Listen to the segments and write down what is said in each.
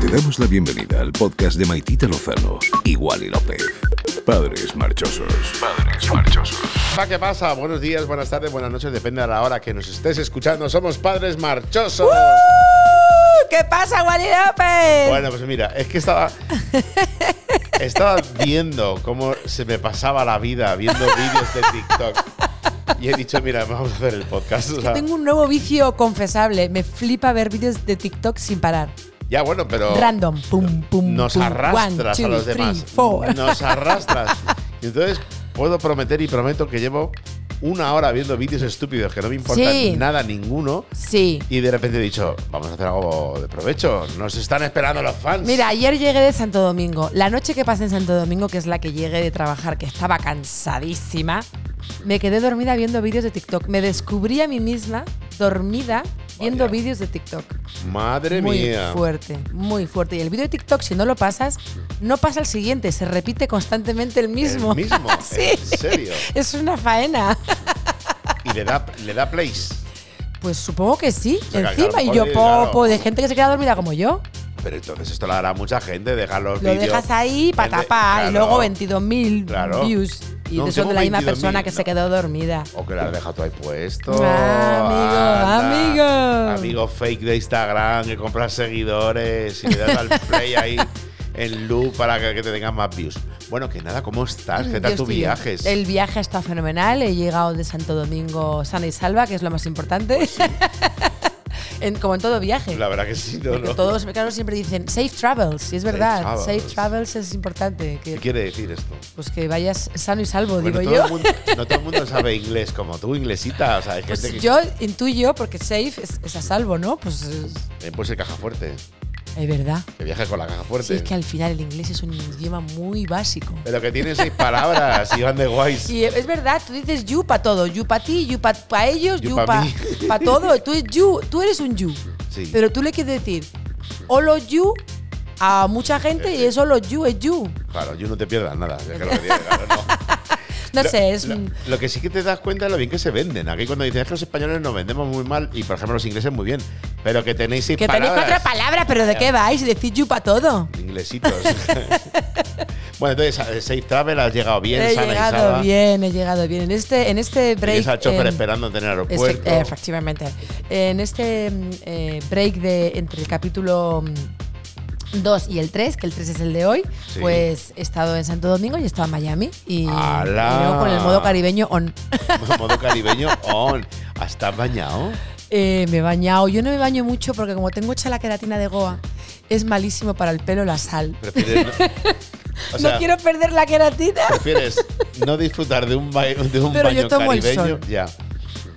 Te damos la bienvenida al podcast de Maitita Lozano y Wally López. Padres marchosos. Padres marchosos. Pa, ¿Qué pasa? Buenos días, buenas tardes, buenas noches, depende de la hora que nos estés escuchando. Somos padres marchosos. ¿Qué pasa, Wally López? Bueno, pues mira, es que estaba. Estaba viendo cómo se me pasaba la vida viendo vídeos de TikTok. Y he dicho, mira, vamos a hacer el podcast. o sea, Tengo un nuevo vicio confesable. Me flipa ver vídeos de TikTok sin parar. ya bueno, pero. Random. Pum, pum, Oh. Nos pum. arrastras One, a two, los three, demás. four. Nos arrastras. Y entonces puedo prometer y prometo que llevo una hora viendo vídeos estúpidos que no me importan Sí. nada ninguno. Sí. Y de repente he dicho, vamos a hacer algo de provecho. Nos están esperando los fans. Mira, ayer llegué de Santo Domingo. La noche que pasé en Santo Domingo, que es la que llegué de trabajar, que estaba cansadísima, me quedé dormida viendo vídeos de TikTok. Me descubrí a mí misma dormida viendo Vaya. vídeos de TikTok. Madre muy mía. fuerte, muy fuerte. Y el vídeo de TikTok, si no lo pasas, no pasa el siguiente, se repite constantemente el mismo. El mismo. sí. En serio. Es una faena. Y le da, le da plays. Pues supongo que sí, sea, que a lo encima. Y mejor yo, sí, po, claro. po, de gente que se queda dormida como yo. Pero entonces esto lo hará mucha gente, deja los Lo vídeos. dejas ahí para Vende- tapar y claro. luego 22.000 Claro. views. Y No, de son tengo de la misma 22.000, persona que no. se quedó dormida. O que lo has dejado tú ahí puesto. Ah, amigo, Anda. amigo. Amigo fake de Instagram que compras seguidores y le das al play ahí en loop para que, que te tengan más views. Bueno, que nada, ¿cómo estás? ¿Qué tal Yo tus estoy- viajes? Mm, El viaje está fenomenal. He llegado de Santo Domingo sana y salva, que es lo más importante. Pues En- como en todo viaje. La verdad que sí, no, Porque no. Todos, claro, siempre dicen safe travels, y es verdad. travels. Safe travels es importante. ¿Qué Que, quiere decir esto? pues que vayas sano y salvo, Bueno, digo todo el yo. mundo- no todo el mundo sabe inglés como tú, inglesita. O sea, hay gente Pues que yo intuyo, porque safe es, es a salvo, ¿no? Pues es, Eh, puede ser caja fuerte. es verdad. Que viaje con la caja fuerte. Sí, es que al final el inglés es un idioma muy básico. Pero que tiene seis palabras y van de guays. Y es verdad, tú dices you para todo, you para ti, you para ellos, You you pa' para mí. todo. Tú, es you, tú eres un you. Sí. Pero tú le quieres decir holo you a mucha gente y es solo you, es you. Claro, yo no te pierdas nada. es que lo que tiene, claro, no. No Lo- sé, es lo, un- lo que sí que te das cuenta es lo bien que se venden. Aquí cuando dices "Es que los españoles nos vendemos muy mal y por ejemplo los ingleses muy bien, pero que tenéis seis Que tenéis palabras. cuatro palabras, pero ¿de qué vais? Decid you para todo. Inglesitos. bueno, entonces eh, a- Safe Travel has llegado bien, He sana y llegado salva. bien, he llegado bien. En este, en este break. Tienes al chofer em, esperando en el efect- aeropuerto. eh, efectivamente. En este em, eh, break de entre el capítulo 2 y el 3, que el 3 es el de hoy, Sí. pues he estado en Santo Domingo y he estado en Miami. Y, y ¡Hala! luego con el modo caribeño on. Modo caribeño on. ¿Estás bañado? Eh, me he bañado. Yo no me baño mucho porque como tengo hecha la queratina de Goa, es malísimo para el pelo la sal. Prefieres no, o sea, no quiero perder la queratina. prefieres no disfrutar de un, ba- de un Pero baño yo tomo el caribeño. sol. Ya.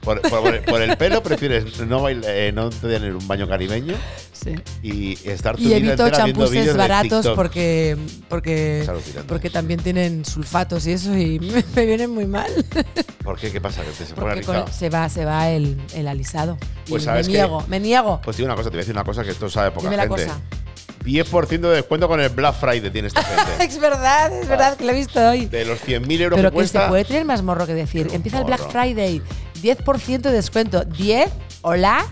Por, por- por el pelo prefieres no, bail- eh, no tener un baño caribeño. Sí. y estar tu Y vida evito entera viendo vídeos champuses de baratos TikTok. porque porque Es alucinante. porque también tienen sulfatos y eso y me, me vienen muy mal. ¿Por qué? ¿Qué pasa? ¿Que te se pone Porque con- rizado? se va se va el, el alisado. Y Pues sabes que- me niego, me niego. Pues te digo una cosa, te voy a decir una cosa que esto sabe poca Dime la gente. cosa. 10% de descuento con el Black Friday tiene esta gente. es verdad, es verdad que lo he visto hoy. De los 100.000 euros Pero que que se cuesta, puede tener más morro que decir. Pero un Empieza el morro. Black Friday, 10% de descuento. 10, hola.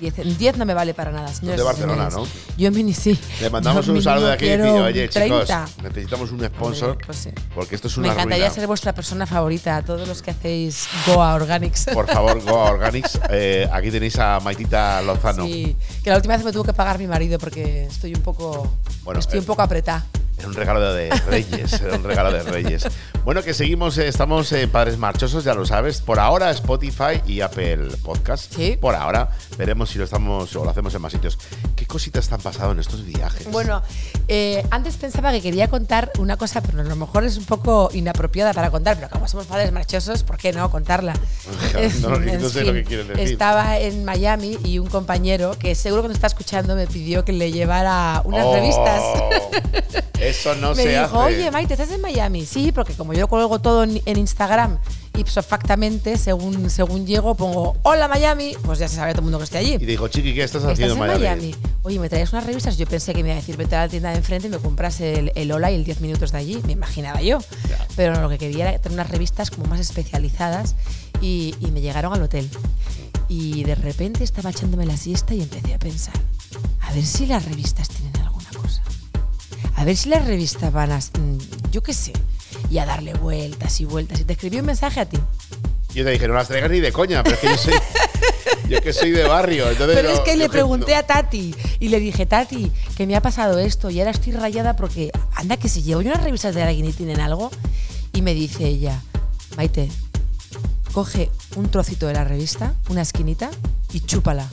10, 10 no me vale para nada, señores. y Barcelona, señores. Yo mini sí. le mandamos Yo un saludo de aquí y mínimo decimos, quiero oye, un 30. chicos, necesitamos un sponsor Hombre, pues sí. porque esto es Me una encantaría ruina. ser vuestra persona favorita, a todos los que hacéis Goa Organics. Por favor, Goa Organics, eh, aquí tenéis a Maitita Lozano. Sí, que la última vez me tuvo que pagar mi marido porque estoy un poco, Bueno, estoy eh, un poco apretada. Era un regalo de Reyes, era un regalo de Reyes. Bueno, que seguimos, eh, estamos en Padres Marchosos, ya lo sabes. Por ahora Spotify y Apple Podcast. Sí. Por ahora veremos si lo estamos o lo hacemos en más sitios. ¿Qué cositas te han pasado en estos viajes? Bueno, eh, antes pensaba que quería contar una cosa, pero a lo mejor es un poco inapropiada para contar, pero como somos padres marchosos, ¿por qué no contarla? No, En no sé fin, lo que quieres decir. Estaba en Miami y un compañero que seguro que nos está escuchando me pidió que le llevara unas Oh, revistas. Eso no me se dijo, hace. oye, Maite, ¿estás en Miami? Sí, porque como yo cuelgo todo en, en Instagram, ipsofactamente, según, según llego, pongo, hola Miami, pues ya se sabe todo el mundo que esté allí. y dijo, Chiqui, ¿qué estás ¿Estás haciendo en Miami? Oye, ¿me traías unas revistas? Yo pensé que me iba a decir, vete a la tienda de enfrente y me compras el, el Hola y el 10 minutos de allí. Me imaginaba yo. Ya. Pero lo que quería era tener unas revistas como más especializadas y, y me llegaron al hotel. Y de repente estaba echándome la siesta y empecé a pensar, a ver si las revistas tienen alguna cosa. A ver si las revistas van a... mm, Yo qué sé. Y a darle vueltas y vueltas. Y te escribí un mensaje a ti. Yo te dije, no las traigas ni de coña, pero es que yo soy, yo que soy de barrio. entonces Pero no- es que yo le pregunté no- a Tati y le dije, Tati, que me ha pasado esto y ahora estoy rayada porque anda que si llevo yo unas revistas de alguien y tienen algo. Y me dice ella, Maite, coge un trocito de la revista, una esquinita y chúpala.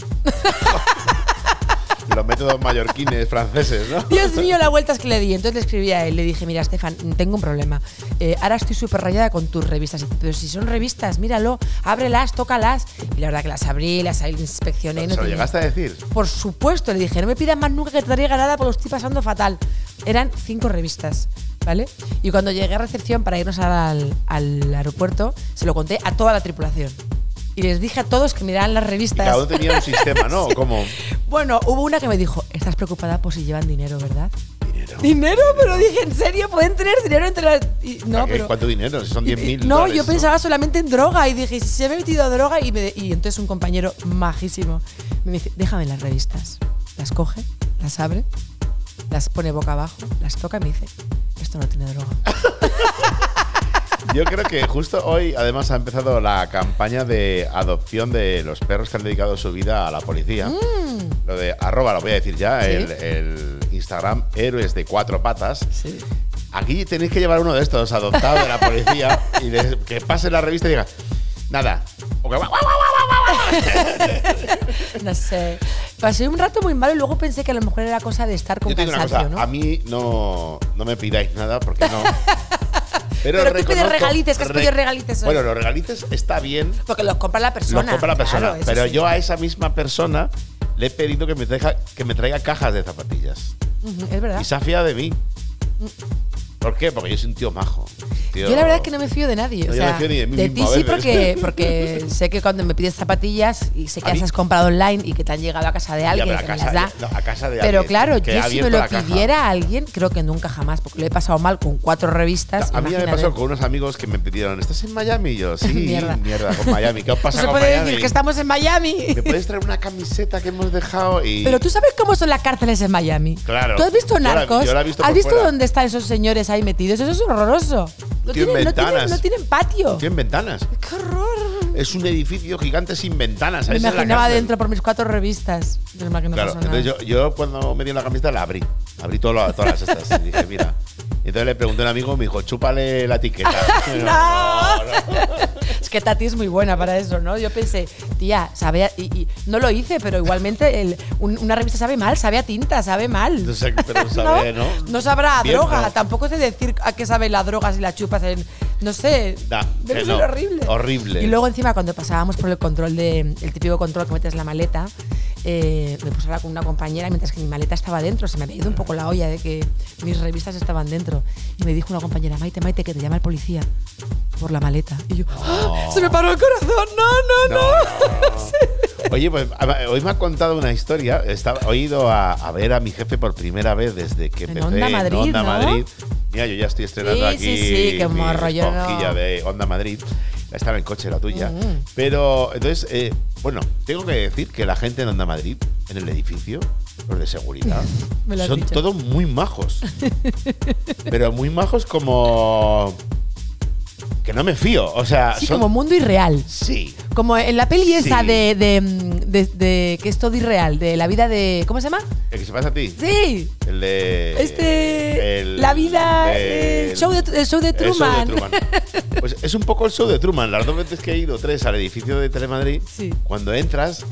Los métodos mallorquines, franceses, ¿no? Dios mío, la vueltas que le di. Entonces le escribí a él, le dije, mira, Estefan, tengo un problema. Eh, ahora estoy súper rayada con tus revistas. Pero si son revistas, míralo, ábrelas, tócalas. Y la verdad que las abrí, las inspeccioné. no ¿Se lo tenía- llegaste a decir? Por supuesto, le dije, no me pidas más nunca que te traiga nada porque lo estoy pasando fatal. Eran cinco revistas, ¿vale? Y cuando llegué a recepción para irnos al, al aeropuerto, se lo conté a toda la tripulación. Y les dije a todos que miraran las Y cada uno revistas. tenía un sistema, ¿no? Como Bueno, hubo una que me dijo, estás preocupada por si llevan dinero, ¿verdad? dinero. ¿Dinero? Pero dije, ¿en serio? ¿Pueden tener dinero entre las...? y- no, ¿Qué- pero... ¿Cuánto dinero? Si son 10.000 No, dólares, yo pensaba solamente en droga y dije, si se me ha metido droga y, me- y entonces un compañero majísimo me dice, déjame las revistas. Las coge, las abre, las pone boca abajo, las toca y me dice, esto no tiene droga. Yo creo que justo hoy, además, ha empezado la campaña de adopción de los perros que han dedicado su vida a la policía. Lo de arroba, lo voy a decir ya, Mm. Sí. el, el Instagram héroes de cuatro patas. Sí. Aquí tenéis que llevar uno de estos adoptados de la policía y les- que pase la revista y diga, nada. O que, "Guau, guau, guau". No sé. Pasé un rato muy malo y luego pensé que a lo mejor era cosa de estar con Yo te digo una cansancio, cosa, ¿no? a mí no, no me pidáis nada porque no. Pero tú pides reconozco- regalites, que has re- pedido regalites hoy. Bueno, los regalites está bien, Porque los compra la persona. Los compra la persona. claro, eso pero sí. yo a esa misma persona le he pedido que me traiga, que me traiga cajas de zapatillas. Ujú, Es verdad. Y se ha fiado de mí. ¿Por qué? Porque yo soy un tío majo. un tío- Mm. Yo la verdad es que no me fío de nadie. No, o yo me sea, fío ni de mí mismo ti a sí, veces. porque, porque sé que cuando me pides zapatillas y sé que A mí- las has comprado online y que te han llegado a casa de Ya, alguien pero a que me casa las da. de- no, a casa de pero alguien claro, que ha yo si me abierto lo la caja. pidiera a alguien, creo que nunca jamás, porque lo he pasado mal con cuatro revistas. A mí ya me imagínate. pasó con unos amigos que me pidieron, ¿estás en Miami? Y yo, sí, mierda. Mierda. con Miami. ¿Qué os No pasa se con puede Miami? decir que estamos en Miami. ¿Me puedes traer una camiseta que hemos dejado? Y Pero tú sabes cómo son las cárceles en Miami. Claro. ¿Tú has visto Yo la- narcos? yo la he visto ¿Has por visto fuera. dónde están esos señores ahí metidos? Eso es horroroso. No Tienen tienen, no tienen- ventanas. no tienen patio. tienen ventanas. ¡Qué horror! Es un edificio gigante sin ventanas. Me ¿sabes? Es la imaginaba cárcel. dentro por mis cuatro revistas. Menos mal que no claro, pasó nada. entonces yo, yo cuando me dio la camiseta la abrí. Abrí todo lo- todas las estas. Y dije, mira. Y entonces le pregunté a un amigo, me dijo, chúpale la etiqueta. Y yo, No. no, no". Es que Tati es muy buena para eso, ¿no? Yo pensé, tía, sabe a- y, y no lo hice, pero igualmente el- un- una revista sabe mal, sabe a tinta, sabe mal. No sé, pero sabe, ¿no? No sabrá a Bien, droga. no. Tampoco sé decir a qué sabe la droga si la chupas en. No sé. Da, Debe que ser no. horrible. Horrible. Y luego encima cuando pasábamos por el control de el típico control que metes la maleta, eh, me puse a hablar con una compañera y mientras que mi maleta estaba dentro. Se me había ido un poco la olla de que mis revistas estaban dentro. Y me dijo una compañera, Maite, Maite, que te llama el policía por la maleta. Y yo, ¡Ah! se me paró el corazón. No, no, no. Oye, pues a- hoy me ha contado una historia. Estaba, he ido a, a ver a mi jefe por primera vez desde que En empecé Onda Madrid, en Onda ¿no? Madrid. Mira, yo ya estoy estrenando Sí, aquí sí, sí, qué mi morro, yo no. esponjilla de Onda Madrid. Está en el coche la tuya. Mm. Pero, entonces, eh, bueno, tengo que decir que la gente en Onda Madrid, en el edificio, los de seguridad, Me lo has son dicho. todos muy majos. pero muy majos como... Que no me fío. O sea, Sí, son... como mundo irreal. Sí. Como en la peli esa Sí. de, de, mm, de- de que es todo irreal, de la vida de. ¿Cómo se llama? ¿El que se pasa a ti? Sí. El de. Este. el- la vida. el- el, show de, el show de el show de Truman. Pues es un poco el show de Truman. Las dos veces que he ido, tres, al edificio de Telemadrid, Sí. cuando entras,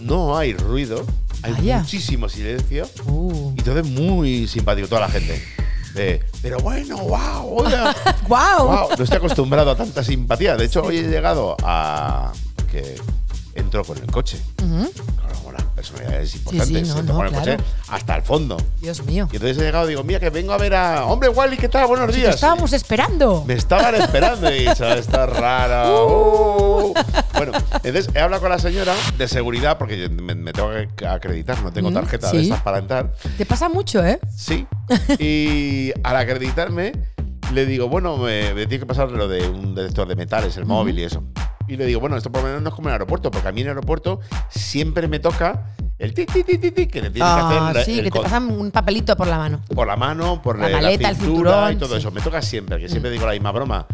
no hay ruido, hay Vaya. muchísimo silencio. Uh. Y todo es muy simpático, toda la gente. De, pero bueno, wow, oiga. Guau. Guau, No estoy acostumbrado a tanta simpatía. De hecho, hoy he llegado a. Porque entró con el coche. Ujú. Claro, como las personalidades importantes. no, entro no, con el claro. coche hasta el fondo. Dios mío. Y entonces he llegado y digo, mira, que vengo a ver a. Hombre, Wally, ¿qué tal? Buenos Si te días. estábamos esperando. Me estaban esperando y he dicho, está rara. uh". Bueno, entonces he hablado con la señora de seguridad porque yo me, me tengo que acreditar, no tengo Mm, tarjeta de sí. esas para entrar. Te pasa mucho, ¿eh? Sí. Y al acreditarme, le digo, bueno, me, me tiene que pasar lo de un detector de metales, el móvil y eso. Y le digo, bueno, esto por lo menos no es como en el aeropuerto, porque a mí en el aeropuerto siempre me toca el ti, ti, ti, ti, ti, que le tienes que Ah, hacer la- sí, el que te con- pasan un papelito por la mano. por la mano, por La la, maleta, el cintura y cinturón, todo sí. Mm. eso. Me toca siempre, que siempre digo la misma broma.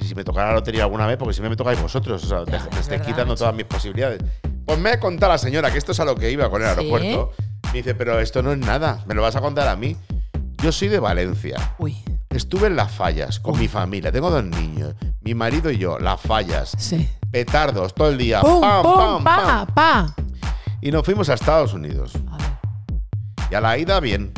Y si me tocara la lotería alguna vez, porque siempre me tocáis vosotros, o sea, te- me Ya, es estáis verdad, quitando macho. todas mis posibilidades. Pues me contado la señora que esto es a lo que iba con el Sí. aeropuerto. Me dice, pero esto no es nada, me lo vas a contar a mí. Yo soy de Valencia. Uy, Estuve en Las Fallas con mi familia. Tengo dos niños, mi marido y yo. Las Fallas. sí. Petardos todo el día. ¡Pum, pam, pum, pam, pa, pam. pa! Y nos fuimos a Estados Unidos. A ver. Y a la ida, bien,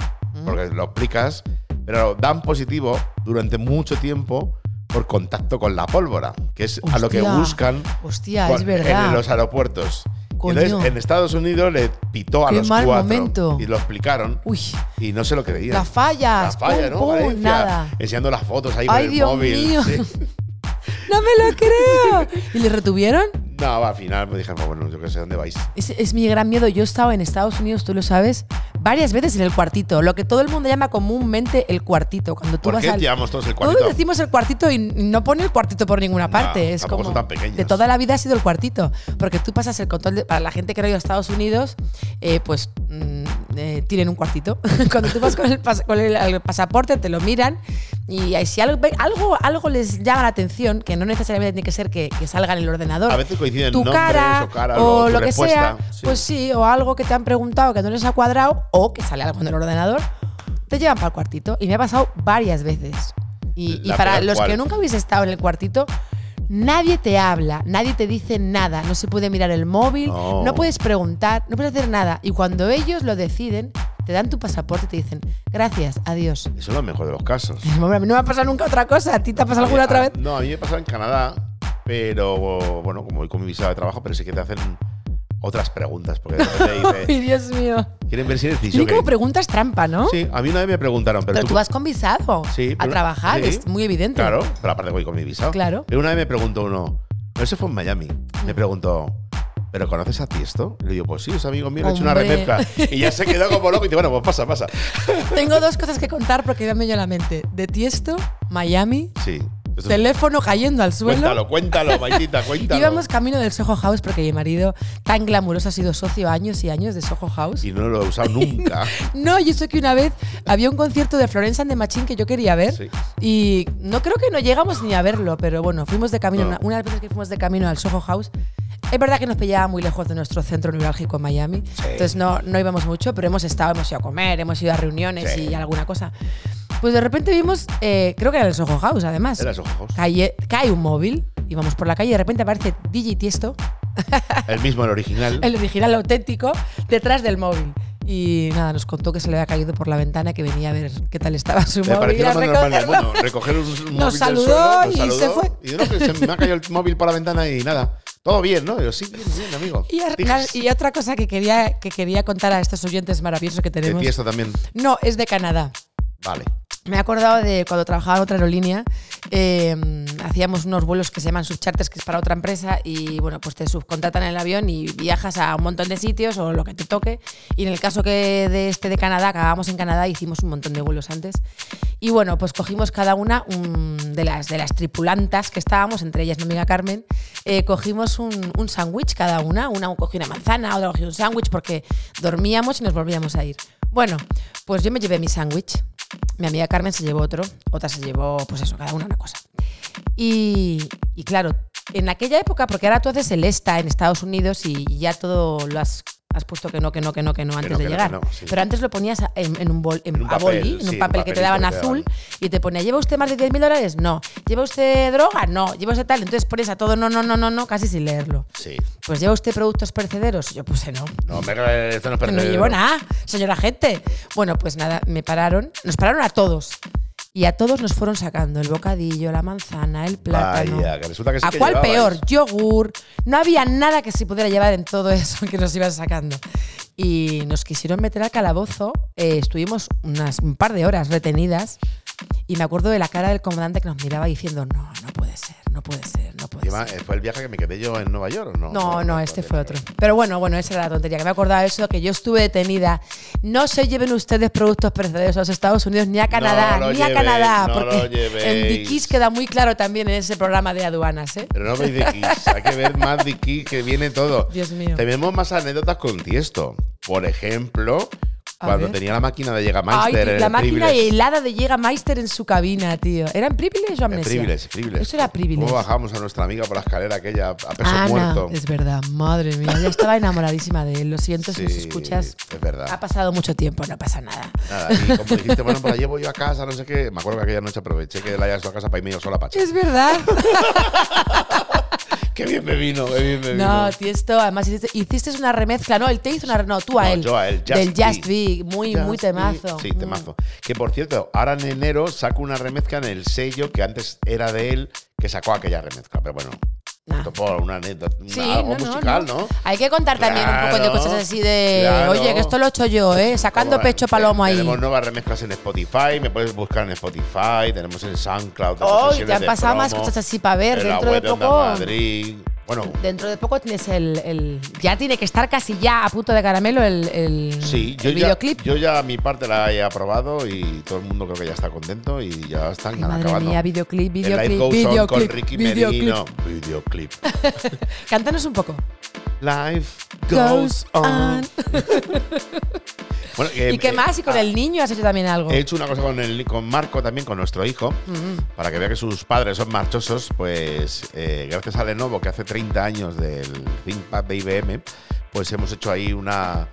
porque lo explicas, pero dan positivo durante mucho tiempo por contacto con la pólvora, que es a lo que Hostia. buscan Hostia, con- es verdad. en los aeropuertos. Y Coño. Entonces, en Estados Unidos le pitó a Qué los mal cuatro momento. y lo explicaron Uy, y no se lo creían. las fallas. La falla, pum, ¿no? pum, Valencia, nada. Enseñando las fotos ahí Ay, con el Dios móvil. mío. sí. ¡No me lo creo! ¿Y le retuvieron? No, al final me dijeron, bueno, yo que sé dónde vais. Es, es mi gran miedo. Yo he estado en Estados Unidos, tú lo sabes, varias veces en el cuartito. Lo que todo el mundo llama comúnmente el cuartito. Cuando tú ¿Por vas qué al. llevamos todos el Todos cuartito? decimos el cuartito y no pone el cuartito por ninguna parte. es tampoco como son tan pequeños. de toda la vida ha sido el cuartito, porque tú pasas el control de- para la gente que no ha ido a Estados Unidos, eh, pues mm, eh, tienen un cuartito. Cuando tú vas con el, pas- con el- el pasaporte te lo miran y ahí si algo ve- algo, algo les llama la atención, que no necesariamente tiene que ser que, que salga en el ordenador. A veces coinciden tu nombres cara o cara o tu lo que sea, respuesta. Sí. pues sí, o algo que te han preguntado que no les ha cuadrado o que sale algo en el ordenador, te llevan para el cuartito. Y me ha pasado varias veces. Y, y La para peor los cual. que nunca habéis estado en el cuartito, nadie te habla, nadie te dice nada, no se puede mirar el móvil, no, No. puedes preguntar, no puedes hacer nada. Y cuando ellos lo deciden, te dan tu pasaporte y te dicen, gracias, adiós. Eso es lo mejor de los casos. Hombre, a mí no me ha pasado nunca otra cosa, ¿a ti te ha pasado A mí- alguna otra a- vez? No, a mí me pasaba en Canadá, pero bueno, como voy con mi visado de trabajo, pero sí que te hacen otras preguntas. Porque de repente dice, Ay, Dios mío. quieren ver si eres Tienen como disjockey. preguntas trampa, ¿no? Sí, a mí una vez me preguntaron, pero, Pero tú vas con visado Sí, a pero- trabajar, sí. es muy evidente. Claro, pero aparte voy con mi visado. Claro. Pero una vez me preguntó uno, no, eso fue en Miami, me preguntó, ¿pero conoces a Tiesto? Y le digo, pues sí, es amigo mío, le he hecho una Hombre. remezcla. Y ya se quedó como loco y dice, bueno, pues pasa, pasa. Tengo dos cosas que contar porque me han venido a la mente. De Tiesto, Miami, Sí. Esto- teléfono cayendo al suelo. cuéntalo, cuéntalo, Maitita, cuéntalo. Íbamos camino del Soho House porque mi marido tan glamuroso ha sido socio años y años de Soho House. y no lo he usado nunca. No, yo sé que una vez había un concierto de Florence and the Machine que yo quería ver Sí. y no creo que no llegamos ni a verlo, pero bueno, fuimos de camino, No. una, una de las veces que fuimos de camino al Soho House, es verdad que nos pillaba muy lejos de nuestro centro neurálgico en Miami, entonces no, no íbamos mucho, pero hemos estado, hemos ido a comer, hemos ido a reuniones Sí. y alguna cosa. Pues de repente vimos, eh, creo que era el Soho House además, Eran esos ojos. Calle- cae un móvil, íbamos por la calle y de repente aparece DJ Tiesto El mismo, el original. el original auténtico, detrás del móvil. Y nada, nos contó que se le había caído por la ventana, que venía a ver qué tal estaba su Me móvil. pareció a lo más normal del recogerlo. mundo. Recoger un, un móvil Nos del saludó suelo, y se fue. Y yo, no, que se me ha caído el móvil por la ventana y nada. Todo bien, ¿no? Yo, sí, bien, bien, amigo. Y, ar- y otra cosa que quería, que quería contar a estos oyentes maravillosos que De tenemos. tiesto también. No, es de Canadá. Vale. Me he acordado de cuando trabajaba en otra aerolínea, eh, hacíamos unos vuelos que se llaman subcharters, que es para otra empresa, y bueno, pues te subcontratan el avión y viajas a un montón de sitios o lo que te toque. Y en el caso que de este de Canadá, acabamos en Canadá, hicimos un montón de vuelos antes. Y bueno, pues cogimos cada una un- de, las, de las tripulantas que estábamos, entre ellas mi amiga Carmen, eh, cogimos un, un sándwich cada una, una cogió una manzana, otra cogió un sándwich, porque dormíamos y nos volvíamos a ir. Bueno, pues yo me llevé mi sándwich. Mi amiga Carmen se llevó otro, otra se llevó, pues eso, cada una una cosa. Y, y claro, en aquella época, porque ahora tú haces el ESTA en Estados Unidos y ya todo lo has, has puesto que no, que no, que no, que no antes no, de que no, que llegar. no, sí. Pero antes lo ponías a- en, en un, bol, en, En un a boli, papel, en un sí, en papel que papelito te daban que te azul daban. y te ponía, ¿lleva usted más de 10.000 dólares? No. ¿Lleva usted droga? No. ¿Lleva usted tal? Entonces pones a todo no, no, no, no, no, casi sin leerlo. Sí. Pues ¿lleva usted productos perecederos? Yo puse no. No, me, esto no es No perdedero. llevo nada, señora gente. Bueno, pues nada, me pararon, nos pararon a todos. Y a todos nos fueron sacando el bocadillo, la manzana, el plátano. Vaya, que resulta que sí ¿A que cuál llevabais? peor? Yogur. No había nada que se pudiera llevar en todo eso que nos iban sacando. Y nos quisieron meter al calabozo. eh, estuvimos unas, un par de horas retenidas. Y me acuerdo de la cara del comandante que nos miraba diciendo, no, no puede ser, no puede ser, no puede Encima, ser. eh, ¿Fue el viaje que me quedé yo en Nueva York o no? No, no, este tiene fue que otro. ver. Pero bueno, bueno, esa era la tontería. Que me acordaba eso, que yo estuve detenida. No se lleven ustedes productos perecederos a los Estados Unidos ni a Canadá, lo ni a llevéis, Canadá. no porque lo llevéis. en Dickies queda muy claro también en ese programa de aduanas, ¿eh? Pero no veis de Kiss, hay que ver más de Kiss que viene todo. Dios mío. Tenemos más anécdotas con Tiesto. Por ejemplo, A cuando ver. tenía la máquina de Ay, Jägermeister en la el máquina Privilege. helada de Llega Meister en su cabina, tío. ¿Eran privilege o El amnesia? Privilege, Privilege. Eso era privilege. ¿Cómo bajamos a nuestra amiga por la escalera aquella a peso Ana, muerto? es verdad, madre mía, ya estaba enamoradísima de él. Lo siento si nos Sí, escuchas. Es verdad. Ha pasado mucho tiempo, no pasa nada. Nada, y como dijiste, bueno, pues la llevo yo a casa, no sé qué. Me acuerdo que aquella noche aproveché que la llevas tú a casa para irme yo sola a Pacha. Es verdad. Qué bien me vino, qué bien me vino. No, Tiesto, además hiciste, hiciste una remezcla. No, él te hizo una re- no, tú a No, él. yo a él, Just del Be. Just Be, muy, Just muy Be- temazo. Sí, Mm. temazo. Que por cierto, ahora en enero saco una remezcla en el sello que antes era de él, que sacó aquella remezcla. Pero bueno, Nah. esto por una anécdota, una- Sí, algo no, no, musical, no. ¿no? Hay que contar también un poco de Claro, cosas así de, claro. oye, que esto lo he hecho yo, ¿eh? Sacando Bueno, pecho palomo ahí. Tenemos nuevas remezclas en Spotify, me puedes buscar en Spotify, tenemos en SoundCloud. Oh, tenemos y te sesiones han de pasado más promo, cosas así para ver. en la Dentro de web Onda poco- Madrid. Bueno, Dentro de poco tienes el, el- Ya tiene que estar casi ya a punto de caramelo el, el- Sí, yo el ya, videoclip. yo ya mi parte la he aprobado y todo el mundo creo que ya está contento y ya están Ay, madre acabando. mía, videoclip, el Life videoclip, Goes On con videoclip, Ricky videoclip. Merino. Videoclip. Cántanos un poco. Life Goes On. Bueno, eh, ¿Y qué eh, más? ¿Y con ah, Eh, el niño has hecho también algo? He hecho una cosa con, el, con Marco también, con nuestro hijo, Mm. para que vea que sus padres son marchosos. Pues eh, gracias a Lenovo, que hace 30 años del ThinkPad de IBM, pues hemos hecho ahí una.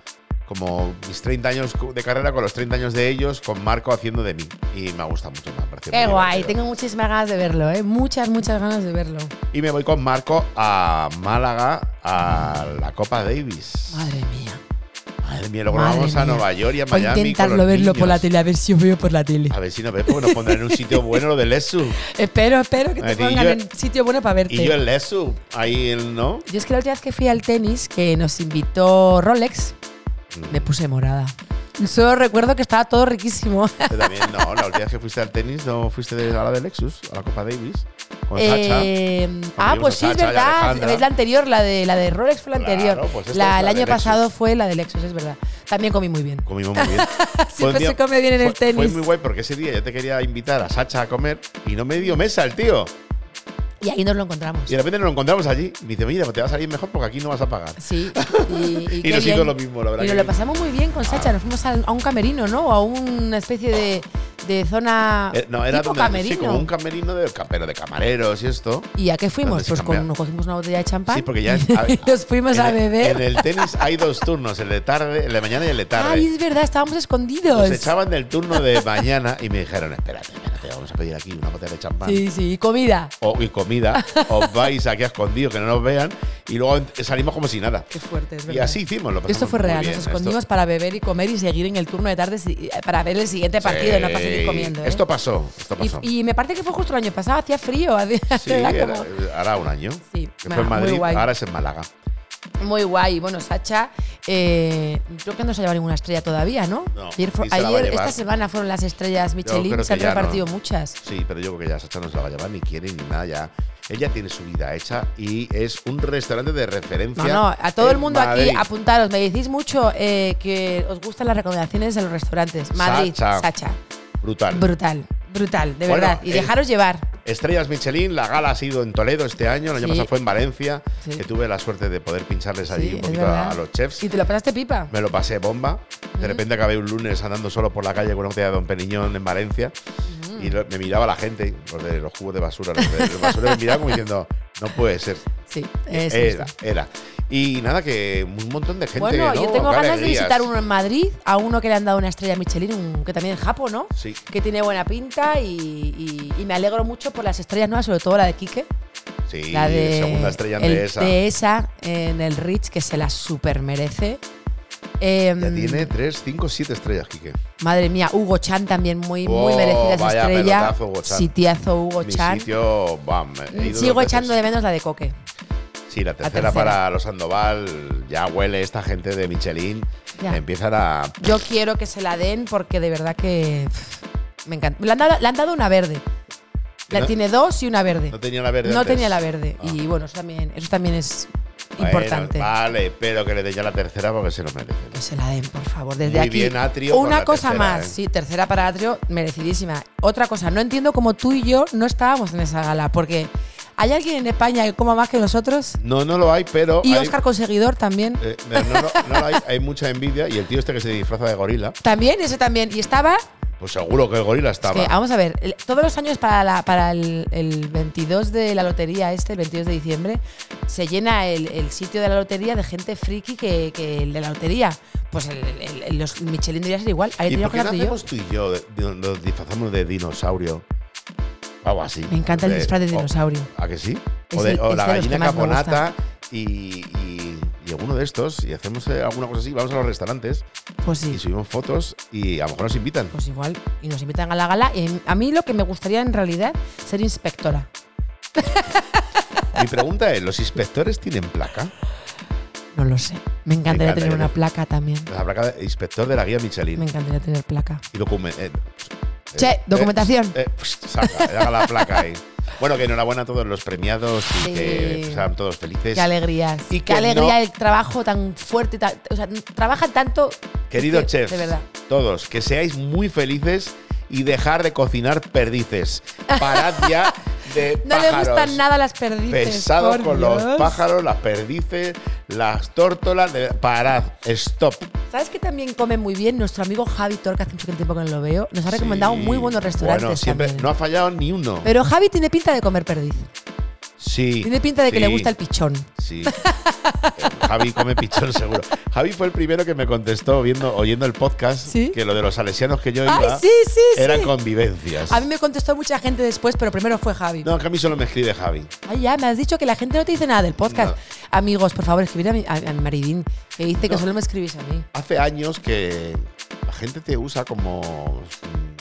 Como mis 30 años de carrera con los 30 años de ellos, con Marco haciendo de mí. Y me gusta mucho. Me parece Qué muy guay, divertido. tengo muchísimas ganas de verlo, ¿eh? Muchas, muchas ganas de verlo. Y me voy con Marco a Málaga, a la Copa Davis. Madre mía. Madre mía, luego Madre vamos a mía. Nueva York y a Voy a Miami. con intentarlo los verlo por la niños. Ah. tele, a ver si os veo por la tele. A ver si nos ves, porque nos pondrán en un sitio bueno lo del ESU. Espero, espero que A ver, te y pongan yo- en sitio bueno para verte. Y yo el ESU, ahí el no. Yo es que la última vez que fui al tenis, que nos invitó Rolex, Mm. me puse morada. Solo recuerdo que estaba todo riquísimo. Yo también no, la última vez que fuiste al tenis no fuiste de- a la del Lexus, a la Copa Davis, con Sacha. Eh, ah, amigos pues a sí, es Sacha y verdad. Alejandra. Es la anterior, la de, la de Rolex fue la Claro, anterior. pues esta La- es el la año de Lexus. pasado fue la de Lexus, es verdad. También comí muy bien. Comimos muy bien. Fue un Siempre pues se come bien en el fue- Fue tenis. muy guay porque ese día yo te quería invitar a Sacha a comer y no me dio mesa el tío. Y ahí nos lo encontramos. Y de repente nos lo encontramos allí. Me dice, mira, pues te va a salir mejor porque aquí no vas a pagar. Sí, y, y Y qué nos hizo bien. lo mismo, la verdad Y que nos bien. lo Ah. pasamos muy bien con Sacha. Nos fuimos al- a, un camerino, ¿no? A una especie de, de zona. Eh, No, era Ah, tipo donde- camerino. Sí, como un camerino de, pero de camareros y esto. ¿Y a qué fuimos? Donde se Pues con, cambia. nos cogimos una botella de champán. Sí, porque ya- y nos fuimos en a el- beber. Ah, En el tenis hay dos turnos, el de tarde, el de mañana y el de tarde. Ay, es verdad, estábamos escondidos. Nos echaban del turno de mañana y me dijeron, espérate, espérate, vamos a pedir aquí una botella de champán Sí, sí, y comida. o, y comida. Os vais aquí a escondidos, que no nos vean. Y luego ent- salimos como si nada. Qué fuerte, es Y verdad. así hicimos. Lo Esto pasamos fue muy real, bien, nos esto. escondimos para beber y comer y seguir en el turno de tarde si- para ver el siguiente partido, no para seguir Sí. comiendo. ¿eh? Esto pasó, esto Y- pasó. y, me parece que fue justo el año pasado, hacía frío. sí, era era- como- hará un año. Sí, que ma- fue en muy Madrid, guay. ahora es en Málaga. Muy guay. Bueno, Sacha, eh, creo que no se ha llevado ninguna estrella todavía, ¿no? No, ayer, fue- y se la va a ayer, llevar. esta semana fueron las estrellas creo Michelin, que se han ya no. repartido muchas. Sí, pero yo creo que ya Sacha no se la va a llevar, ni quiere ni nada ya. Ella tiene su vida hecha y es un restaurante de referencia. No, no, a todo el en mundo Madrid. aquí apuntaros. Me decís mucho eh, que os gustan las recomendaciones de los restaurantes. Madrid, Sacha. Sacha. Brutal. Brutal, brutal, de Bueno, verdad. Y eh, dejaros llevar. Estrellas Michelin, la gala ha sido en Toledo este año, el año Sí. pasado fue en Valencia, Sí. que tuve la suerte de poder pincharles allí Sí, un es poquito a, verdad. a los chefs. Y te lo pasaste pipa. Me lo pasé bomba. De repente acabé un lunes andando solo por la calle con una botella de Don Periñón en Valencia y lo- me miraba la gente, los de los jugos de basura, los de los basureros me miraban como diciendo, no puede ser. Sí, es era, justo. era. Y nada, que un montón de eh, gente. Bueno, ¿no? yo tengo Qué ganas de alegrías. visitar uno en Madrid, a uno que le han dado una estrella Michelin, un- que también es japo, ¿no? Sí. que tiene buena pinta y, y- y me alegro mucho por las estrellas nuevas, sobre todo la de Quique, Sí, la de segunda estrella el- de esa. de esa, en el Rich, que se la super merece. Em, Ya tiene 3, 5, 7 estrellas, Quique. Madre mía, Hugo Chan también muy, muy Oh, merecida esa vaya estrella. pelotazo, Hugo Chan. Sitiazo Hugo Mi Chan. Mm, sitio, bam. he ido dos Sigo veces. echando de menos la de Coque. Sí, la tercera, tercera. para los Sandoval. Ya huele esta gente de Michelin. Ya. Empiezan a. Yo quiero que se la den porque de verdad que pff, me encanta. Le han dado, le han dado una verde. La No. tiene dos y una verde. No tenía la verde. No antes. tenía la verde. Ah. Y bueno, eso también, eso también es Bueno, importante. Pues Vale, pero que le dé ya la tercera porque se lo merece. ¿no? Que se la den, por favor. Desde Muy aquí. bien, Atrio, por Una la cosa tercera, más, ¿eh? sí, tercera para Atrio, merecidísima. Otra cosa, no entiendo cómo tú y yo no estábamos en esa gala, porque hay alguien en España que coma más que nosotros No, no lo hay, pero. y hay- Oscar Conseguidor también. eh, no, no, no, no lo hay, hay mucha envidia. Y el tío este que se disfraza de gorila, También, ese también. Y estaba, pues seguro que el gorila es estaba. que, vamos a ver, el- todos los años para, la- para el, el 22 de la lotería este, el 22 de diciembre, se llena el, el sitio de la lotería de gente friki que, que el de la lotería. Pues el, el- el- los Michelin debería ser igual. Ahí ¿Y teníamos por que qué no estar tú y yo. hacemos tú y yo? de- de- Nos disfrazamos de dinosaurio. Algo así. Me encanta el De- disfraz de o- dinosaurio. ¿A que sí? Es O, de- el- o es la de los que gallina más me caponata y, y, y alguno de estos. Y hacemos eh, alguna cosa así. Vamos a los restaurantes Pues sí. y subimos fotos y a lo mejor nos invitan. Pues igual, y nos invitan a la gala. Y a mí lo que me gustaría en realidad ser inspectora. Mi pregunta es, ¿los inspectores tienen placa? No lo sé. Me encantaría encantaría tener una tener- placa también. La placa de inspector de la guía Michelin. Me encantaría tener placa. Y documen- eh, Che, documentación. eh, pues, saca, haga la placa ahí. Bueno, que enhorabuena a todos los premiados y Sí. que sean todos felices. Qué alegrías. y Qué que alegría no- el trabajo tan fuerte. y tan- o sea, trabajan tanto. Queridos que- chefs, De verdad. todos, que seáis muy felices y dejar de cocinar perdices. Parad ya de No le pájaros. gustan nada las perdices. Pesado por con Dios. los pájaros, las perdices, las tórtolas. de- Parad, stop. ¿Sabes que también come muy bien? Nuestro amigo Javi Tor, que hace mucho tiempo que no lo veo, nos ha recomendado Sí. muy buenos restaurantes. Bueno, siempre, también. no ha fallado ni uno. Pero Javi tiene pinta de comer perdiz. sí. Tiene pinta de que le sí. gusta el pichón. Sí. Eh, Javi come pichón seguro. Javi fue el primero que me contestó viendo, oyendo el podcast ¿Sí? que lo de los salesianos que yo Ay, iba sí, sí, sí. eran convivencias. A mí me contestó mucha gente después, pero primero fue Javi. no, que a mí solo me escribe Javi. Ay, ya, me has dicho que la gente no te dice nada del podcast. No. Amigos, por favor, escribid a mi, a, a mi maridín, que dice que No. solo me escribís a mí. Hace años que la gente te usa como mm,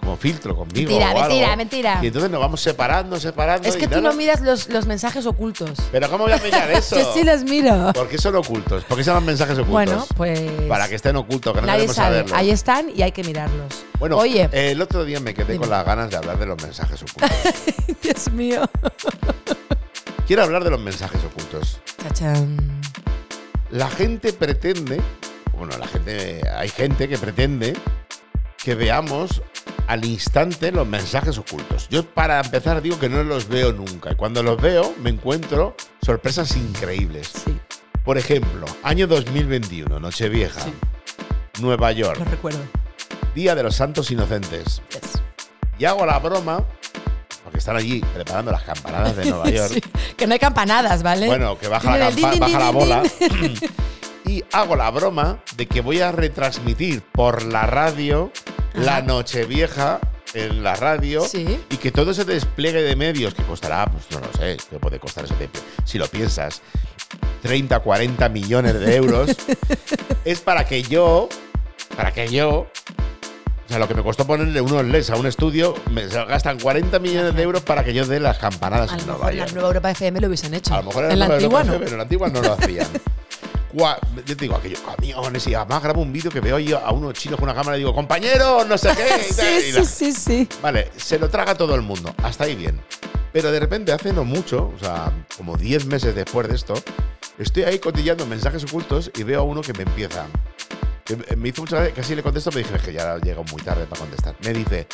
como filtro conmigo. Mentira, o algo. mentira, mentira. Y entonces nos vamos separando, separando. Es y que tú nada. no miras los, los mensajes ocultos. Pero ¿cómo voy a mirar eso? Yo sí los miro. ¿Por qué son ocultos? ¿Por qué se llaman mensajes ocultos? Bueno, pues. Para que estén ocultos, que no nadie queremos sabe. saberlo. Ahí están y hay que mirarlos. Bueno, Oye, el otro día me quedé Dime. con las ganas de hablar de los mensajes ocultos. eh. Dios mío. Quiero hablar de los mensajes ocultos. Chachán. La gente pretende, bueno, la gente, hay gente que pretende que veamos al instante los mensajes ocultos. Yo para empezar digo que no los veo nunca y cuando los veo me encuentro sorpresas increíbles. Sí, Por ejemplo, año 2021, Nochevieja, Sí. Nueva York, lo recuerdo. Día de los Santos Inocentes. Yes. Y hago la broma porque están allí preparando las campanadas de Nueva York. Sí, Que no hay campanadas, ¿vale? Bueno, que baja la, Tiene el din, campa- din, baja la din, bola. din. y hago la broma de que voy a retransmitir por la radio la Nochevieja en la radio Sí. y que todo ese despliegue de medios que costará, pues no lo sé, que puede costar eso de- si lo piensas, 30, 40 millones de euros, es para que yo, para que yo, o sea, lo que me costó ponerle unos LEDs a un estudio, me gastan 40 millones de euros para que yo dé las campanadas A en lo Nueva mejor en la York. Nueva Europa FM lo hubiesen hecho. A lo mejor era en la una de antigua Europa no. F, pero en la antigua no lo hacían. Gua- Yo te digo, aquellos camiones y además grabo un vídeo que veo yo a unos chinos con una cámara y digo, compañero, no sé qué. y tal, Sí, y la- sí, sí, sí. Vale, se lo traga todo el mundo, hasta ahí bien. Pero de repente, hace no mucho, o sea, como 10 meses después de esto, estoy ahí cotillando mensajes ocultos y veo a uno que me empieza. Que me- me hizo mucha gracia, casi le contesto, pero dije "Es que ya llego muy tarde para contestar. Me dice,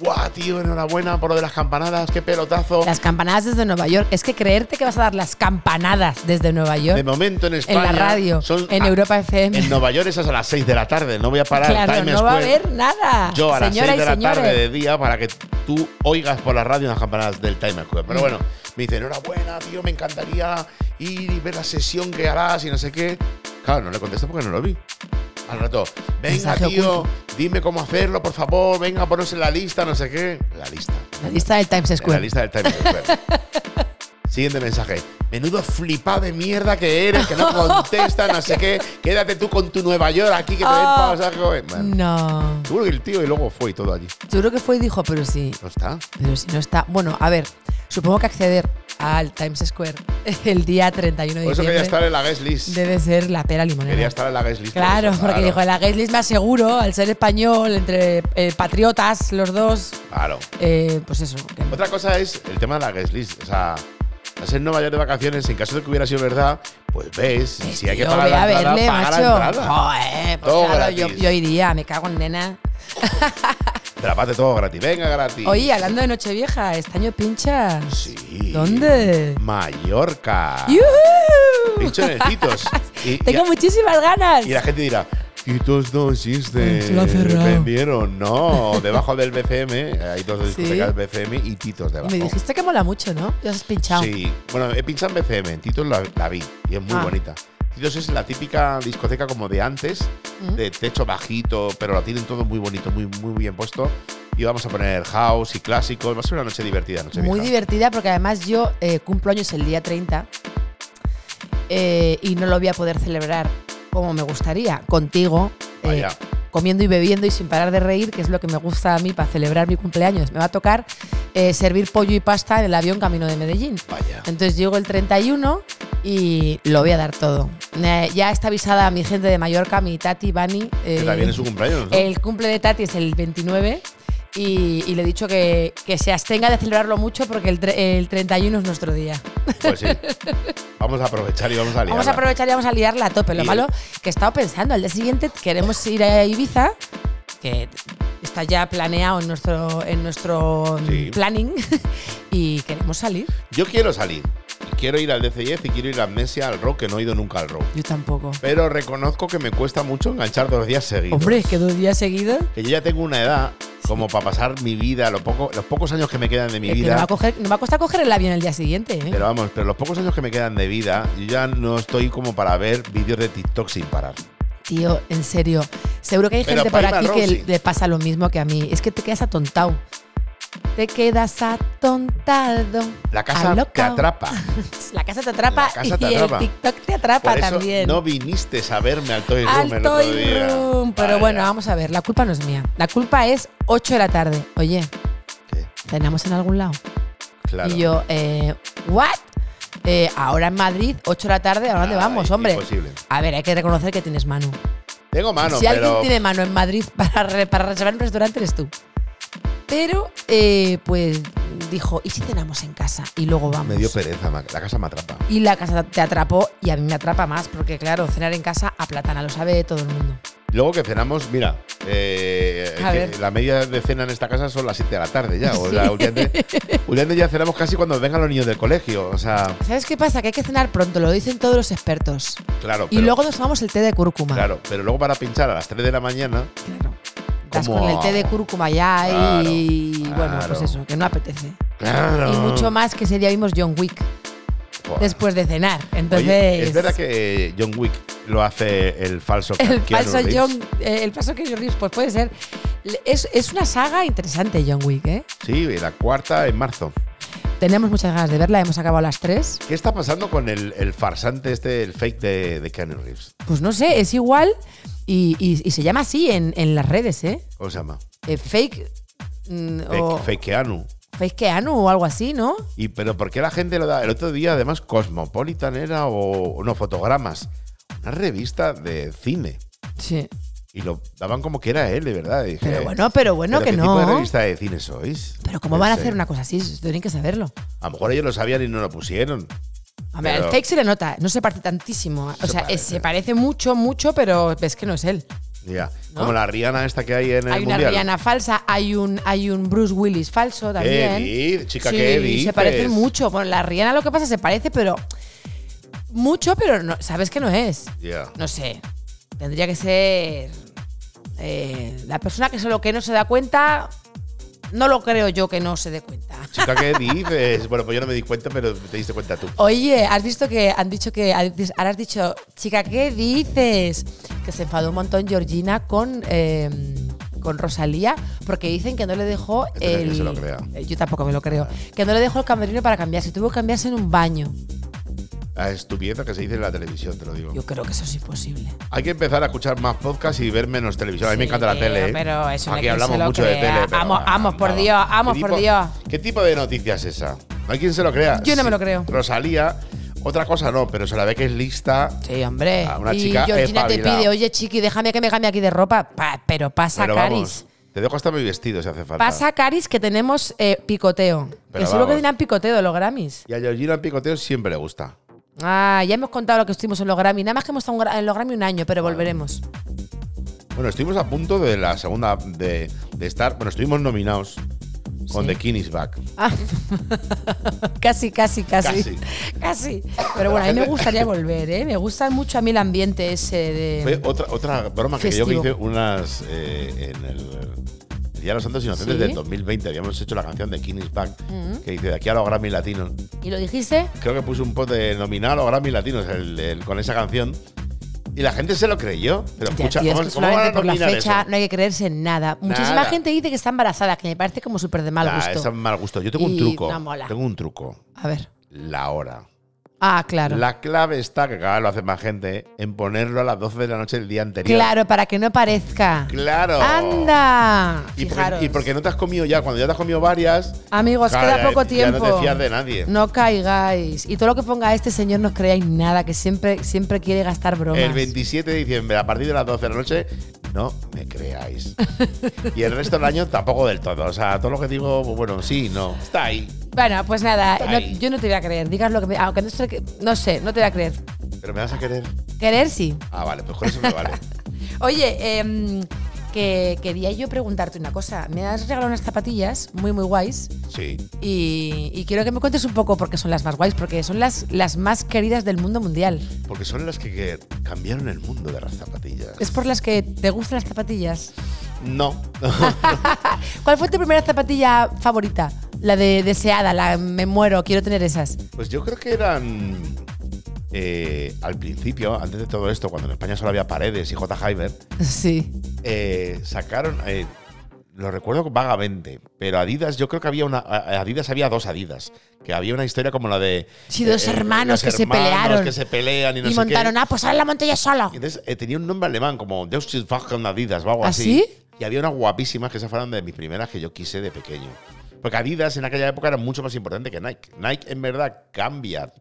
guau, tío, enhorabuena por lo de las campanadas, qué pelotazo. Las campanadas desde Nueva York. Es que creerte que vas a dar las campanadas desde Nueva De York momento en en España. la radio, son- en ah, Europa FM. En Nueva York esas a las 6 de la tarde, no voy a parar Em. claro, Times no va a Square. haber nada. Yo a las 6 Señoras de la y señores. tarde de día para que tú oigas por la radio las campanadas del Times Square. Mm. Pero bueno, me dice, enhorabuena, tío, me encantaría ir y ver la sesión que harás y no sé qué. Claro, no le contesto porque no lo vi. Al rato, venga, Mensaje tío, oculto. dime cómo hacerlo, por favor, venga, ponos en la lista, no sé qué. La lista. La lista del Times En la Square. lista del Times Square. Siguiente mensaje. Menudo flipado de mierda que eres, que no contesta, no sé qué. Quédate tú con tu Nueva York aquí que te den Ah. pasaje. Bueno, No. Seguro que el tío y luego fue y todo allí. Yo creo que fue y dijo, pero sí, No está. pero si no está. Bueno, a ver, supongo que acceder al Times Square el día 31 de Por eso diciembre. quería estar en la guest list. Debe ser la pera limonera. Quería estar en la guest list. por Claro, eso, porque dijo, la gays más seguro, al ser español, entre eh, patriotas los dos, Claro. eh, pues eso. que- Otra cosa es el tema de la guest list. O sea, al ser Nueva York de vacaciones, en caso de que hubiera sido verdad, pues ves, si hay que Tío, pagar ve la entrada, a verle, paga la macho. entrada. Joder, pues Todo claro, yo, gratis. yo iría, me cago en nena. Te la parte todo gratis. Venga, gratis. Oye, hablando de Nochevieja, este estaño pincha. Sí. ¿Dónde? Mallorca. ¡Yujú! Pincho en el Titos. Y, Tengo y- muchísimas ganas. y la gente dirá, Titos no existe. Mm, Se lo ha cerrado. Vendieron. No, debajo del BCM. Hay dos Sí. discotecas BCM y Titos debajo. Me dijiste que mola mucho, ¿no? Ya has pinchado. Sí, bueno, he pinchado en BCM, en Titos la, la vi y es muy Ah. bonita. Titos es la típica discoteca como de antes, Mm. de techo bajito, pero la tienen todo muy bonito, muy, muy bien puesto. Y vamos a poner house y clásicos, va a ser una noche divertida, noche Muy vieja. divertida porque además yo eh, cumplo años el día 30 eh, y no lo voy a poder celebrar como me gustaría, contigo, eh, Vaya. comiendo y bebiendo y sin parar de reír, que es lo que me gusta a mí para celebrar mi cumpleaños. Me va a tocar eh, servir pollo y pasta en el avión camino de Medellín. Vaya. Entonces llego el 31 y lo voy a dar todo. Eh, ya está avisada mi gente de Mallorca, mi Tati, Bani. Que eh, también es su cumpleaños, ¿no? el cumple de Tati es el 29 y, y le he dicho que, que se abstenga de celebrarlo mucho porque el, tre- el 31 es nuestro día. Pues sí. Vamos a aprovechar y vamos a liarla. Vamos a aprovechar y vamos a liarla a tope. Lo Y- malo que he estado pensando, al día siguiente queremos ir a Ibiza, que está ya planeado en nuestro, en nuestro Sí. planning y queremos salir. Yo quiero salir. Y quiero ir al DCIF E y quiero ir a Amnesia, al rock, que no he ido nunca al rock. Yo tampoco. Pero reconozco que me cuesta mucho enganchar dos días seguidos. Hombre, es que dos días seguidos. que yo ya tengo una edad como para pasar mi vida, lo poco, los pocos años que me quedan de mi eh, que no, va vida. a coger- no va a costar coger el avión el día siguiente. ¿eh? Pero vamos, pero los pocos años que me quedan de vida, yo ya no estoy como para ver vídeos de TikTok sin parar. Tío, en serio. Seguro que hay Pero gente por para ir aquí al que Roxy. le pasa lo mismo que a mí. Es que te quedas atontado. Te quedas atontado. La casa Alocao. te atrapa. La casa te atrapa La casa te y atrapa. el TikTok te atrapa Por eso también. no viniste a verme al Toy Room el Al otro Toy día. Room. Pero Vaya. bueno, vamos a ver. La culpa no es mía. La culpa es 8 de la tarde. Oye, ¿Qué? cenamos en algún lado. Claro. Y yo, eh, ¿what? Eh, ahora en Madrid, 8 de la tarde, ¿a dónde Nada, vamos, hombre? imposible. A ver, hay que reconocer que tienes mano. Tengo mano, si Ah, pero alguien tiene mano en Madrid para, re- para reservar un restaurante, eres tú. Pero, eh, pues, dijo, ¿y si cenamos en casa? Y luego vamos. me dio pereza. ma- La casa me atrapa. y la casa te atrapó y a mí me atrapa más, porque claro, cenar en casa a platana lo sabe todo el mundo. Luego que cenamos, mira, eh, A que ver. la media de cena en esta casa son las 7 de la tarde ya. O sea, últimamente, últimamente ya cenamos casi cuando vengan los niños del colegio. O sea, ¿Sabes qué pasa? Que hay que cenar pronto, lo dicen todos los expertos. claro. y pero- luego nos tomamos el té de cúrcuma. Claro, pero luego para pinchar a las 3 de la mañana, Claro. Estás ¿Cómo con el té de hago? cúrcuma ya y Claro, bueno, pues claro. eso, que no apetece. claro. Y mucho más que ese día vimos John Wick Joder. después de cenar. Oye, Entonces. es verdad que John Wick lo hace el falso El Keanu falso Reeves? John, eh, el falso Keanu Reeves, pues puede ser. Le- Es, es una saga interesante, John Wick, ¿eh? Sí, y la cuarta en marzo. Tenemos muchas ganas de verla, hemos acabado las tres. ¿Qué está pasando con el, el farsante este, el fake de, de Keanu Reeves? Pues no sé, es igual y, y- y se llama así en, en las redes, ¿eh? ¿Cómo se llama? Eh, fake. mm, Fake, o fake Keanu. fake Keanu o algo así, ¿no? ¿Y pero por qué la gente lo da? El otro día, además, Cosmopolitan era o. No, Fotogramas. Una revista de cine. Sí. Y lo daban como que era él, de verdad. Y dije, Pero bueno, pero bueno Eh, ¿pero que qué tipo de no. revista eh? de cine sois? Pero ¿cómo van a Sí. hacer una cosa así? Eso Tienen que saberlo. A lo mejor ellos lo sabían y no lo pusieron. A ver, Pero- el fake se le nota, no se parte tantísimo. O Se sea, eh, parece. se parece mucho, mucho, pero ves que no es él. Ya. ¿No? Como la Rihanna esta que hay en el Hay una mundial. Rihanna falsa, hay un, hay un Bruce Willis falso también. dices, chica, Sí, qué Se dices? parecen mucho. Bueno, la Rihanna lo que pasa se parece, pero. Mucho, pero no, sabes que no es. Ya. No sé. Tendría que ser. eh, la persona que solo que no se da cuenta. No lo creo yo que no se dé cuenta. Chica, ¿qué dices? Bueno, pues yo no me di cuenta, pero te diste cuenta tú. Oye, has visto que han dicho que. Ahora has dicho, chica, ¿qué dices? Que se enfadó un montón Georgina con. eh, con Rosalía, porque dicen que no le dejó Esto es que el. se lo Ah. crea. Eh, Yo tampoco me lo creo. Que no le dejó el camerino para cambiarse. Tuvo que cambiarse en un baño. La estupidez que se dice en la televisión, te lo digo. Yo creo que eso es imposible. Hay que empezar a escuchar más podcasts y ver menos televisión. A mí me Sí, encanta la tele. ¿eh? pero eso no Aquí que se hablamos lo mucho de crea. tele. pero Amo- amo, por Dios, amo, ¿Qué por tipo- Dios. ¿Qué tipo de noticia es esa? No hay quien se lo crea. Yo no me lo creo. Rosalía, otra cosa no, pero se la ve que es lista. Sí, hombre. Ah, una y chica Georgina te espabilada. pide, oye, chiqui, déjame que me cambie aquí de ropa. Pa- pero pasa, Pero Caris. vamos, te dejo hasta mi vestido si hace falta. Pasa, Caris, que tenemos eh, picoteo. Pero que seguro que vamos. dirán picoteo de los Grammys. Y a Georgina el picoteo siempre le gusta. Ah, ya hemos contado lo que estuvimos en los Grammy. Nada más que hemos estado en gra- en los Grammy un año, pero volveremos. Bueno, estuvimos a punto de la segunda de, de estar. Bueno, estuvimos nominados con Sí. The King is Back. Ah, casi, casi, casi, Casi. casi. Pero bueno, a mí me gustaría volver, ¿eh? Me gusta mucho a mí el ambiente ese Fue de. otra, otra broma que yo Em, Festivo. que hice unas eh, en el, el Día de los Santos Inocentes Sí. Mm. del 2020. Habíamos hecho la canción de King is Back, que dice de aquí a los Grammy Latinos. ¿Y lo dijiste? Creo que puse un post de nominar a los Grammy Latinos el- el- con esa canción. Y la gente se lo creyó. Pero Ya, escucha, tío, es ¿cómo, que cómo van a solamente por la nominar fecha eso? no hay que creerse en nada. Muchísima Nada. Ah, gente dice que está embarazada, que me parece como súper de mal Nah, gusto. es mal gusto. Yo tengo un Y truco. no mola. Tengo un truco. A ver. La hora. Ah, claro. La clave está, que cada vez lo hace más gente, en ponerlo a las 12 de la noche del día anterior. Claro, para que no parezca. ¡Claro! ¡Anda! Y porque, Fijaros. Ah, y porque no te has comido ya, cuando ya te has comido varias, Amigos, Claro, queda ya- poco ya no tiempo. te fías de nadie. No caigáis. Y todo lo que ponga este señor no os creáis nada, que siempre, siempre quiere gastar bromas. el 27 de diciembre, a partir de las 12 de la noche, no me creáis. y el resto del año tampoco del todo. O sea, todo lo que digo, pues bueno, sí, no. Está ahí. Bueno, pues nada, Está no- ahí. yo no te voy a creer. Digas lo que me- aunque no, sé que- no sé, no te voy a creer. Pero me vas a querer. Querer sí. Ah, vale, pues con eso me vale. Oye, em, que quería yo preguntarte una cosa. Me has regalado unas zapatillas muy muy guays Sí. y, y quiero que me cuentes un poco por qué son las más guays, porque son las, las más queridas del mundo mundial. Porque son las que, que cambiaron el mundo de las zapatillas. Es por las que te gustan las zapatillas. No. ¿Cuál fue tu primera zapatilla favorita? La de deseada, la me muero, quiero tener esas. Pues yo creo que eran. eh, al principio, antes de todo esto, cuando en España solo había Paredes y J. Hyber, Sí. eh, sacaron. eh, lo recuerdo vagamente, pero Adidas, yo creo que había una. a- Adidas había dos Adidas. Que había una historia como la de. eh, Sí, dos hermanos los que se hermanos pelearon. que se pelean y no y sé montaron, qué. ah, pues ahora la monté yo solo. Y Entonces eh, tenía un nombre alemán, como Deus ist Wagen Adidas o algo ¿Ah, así. sí? Y había unas guapísimas que esas fueron de mis primeras que yo quise de pequeño. Porque Adidas en aquella época era mucho más importante que Nike. Nike en verdad cambia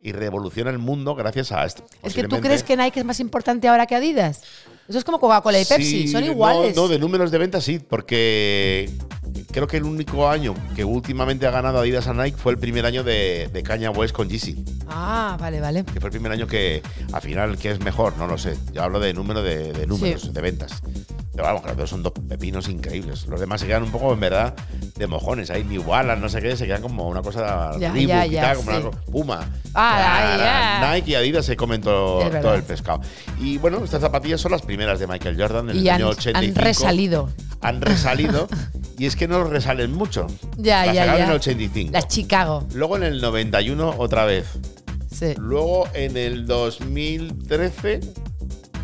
y revoluciona el mundo gracias a esto. Es que tú Posiblemente- crees que Nike es más importante ahora que Adidas. Eso es como Coca-Cola y Pepsi, Sí, son no, iguales. No, de números de ventas sí, porque creo que el único año que últimamente ha ganado Adidas a Nike fue el primer año de, de Kanye West con Yeezy. Ah, vale, vale. Que fue el primer año que, al final, ¿qué es mejor? No lo sé. Yo hablo de número de, de números, Sí. de ventas. Pero vamos, que los dos son dos pepinos increíbles. Los demás se quedan un poco, en verdad, de mojones. Ahí New Balance, no sé qué, se quedan como una cosa Ya, Reebok ya, y ya, tal, como sí. una co- Puma. Ah, Ah, ya. Nike y Adidas se comen todo, Es verdad. todo el pescado. Y bueno, estas zapatillas son las primeras de Michael Jordan en Y el han, año han 85 resalido. han resalido y es que no resalen mucho. Ya, Las ya, sacaron ya. en el 85. Las Chicago. Luego en el 91 otra vez. Sí. Luego en el 2013,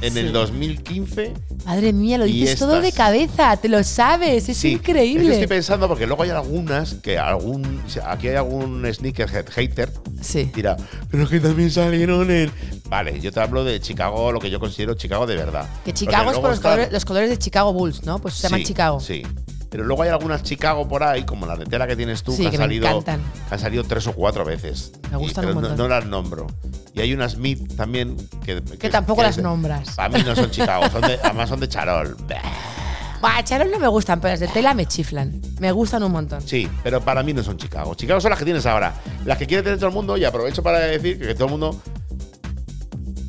en Sí. el 2015. Madre mía, lo Y dices todo de estas. cabeza, te lo sabes, es sí, es que increíble. estoy pensando porque luego hay algunas que algún aquí hay algún sneakerhead hater sí. dirá, pero que también salieron en Vale, yo te hablo de Chicago, lo que yo considero Chicago de verdad. Que Porque Chicago es luego por los está- colores, los colores de Chicago Bulls, ¿no? Pues se llaman Sí, Chicago. Sí. Pero luego hay algunas Chicago por ahí, como la de tela que tienes tú, Sí, que, que han me salido, encantan. que han salido tres o cuatro veces. Me gustan pero un no, montón. no las nombro. Y hay unas Smith también que, Que tampoco las es de- nombras. Para mí no son Chicago, son de- además son de Charol. Buah, Charol no me gustan, pero las de tela me chiflan. Me gustan un montón. Sí, pero para mí no son Chicago. Chicago son las que tienes ahora. Las que quiere tener todo el mundo, y aprovecho para decir que todo el mundo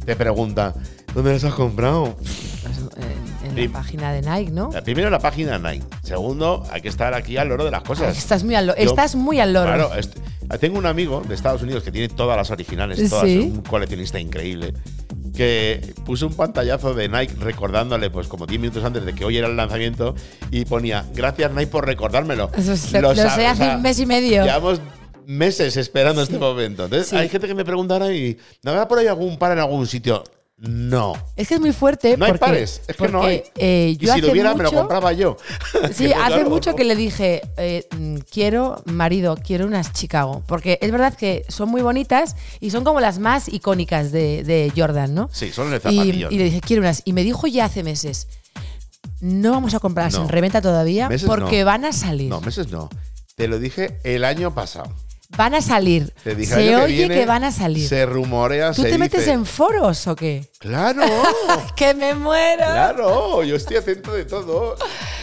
te pregunta, ¿dónde las has comprado? Pues, En, en Sí. la página de Nike, ¿no? Primero la página Nike. Segundo, hay que estar aquí al loro de las cosas. Estás muy al, lo- Yo- estás muy al loro. Claro, este- tengo un amigo de Estados Unidos que tiene todas las originales, todas, Sí. un coleccionista increíble, que puso un pantallazo de Nike recordándole, pues como 10 minutos antes de que hoy era el lanzamiento, y ponía, gracias Nike por recordármelo. Eso es- lo sé sabe, hace un mes y medio. Llevamos meses esperando este momento. Entonces, Sí. hay gente que me pregunta ahora y, ¿no habrá por ahí algún par en algún sitio? No. Es que es muy fuerte. No hay porque- pares, es que no hay. porque, eh, y yo si lo hace hubiera, me lo mucho- compraba yo. Sí, Que, hace claro, mucho no. que le dije, eh, mm, quiero marido, quiero unas Chicago. Porque es verdad que son muy bonitas y son como las más icónicas de, de Jordan, ¿no? Sí, son el Y, zapatillo. y le dije, quiero unas. Y me dijo ya hace meses, no vamos a comprarlas No. en reventa todavía Meses porque no. van a salir. No, meses no. Te lo dije el año pasado. Van a salir. Te dije Se año que oye viene, que van a salir. Se rumorea, ¿Tú se te metes dice. en foros o qué? Claro, ¡Que me muero! claro, yo estoy atento de todo.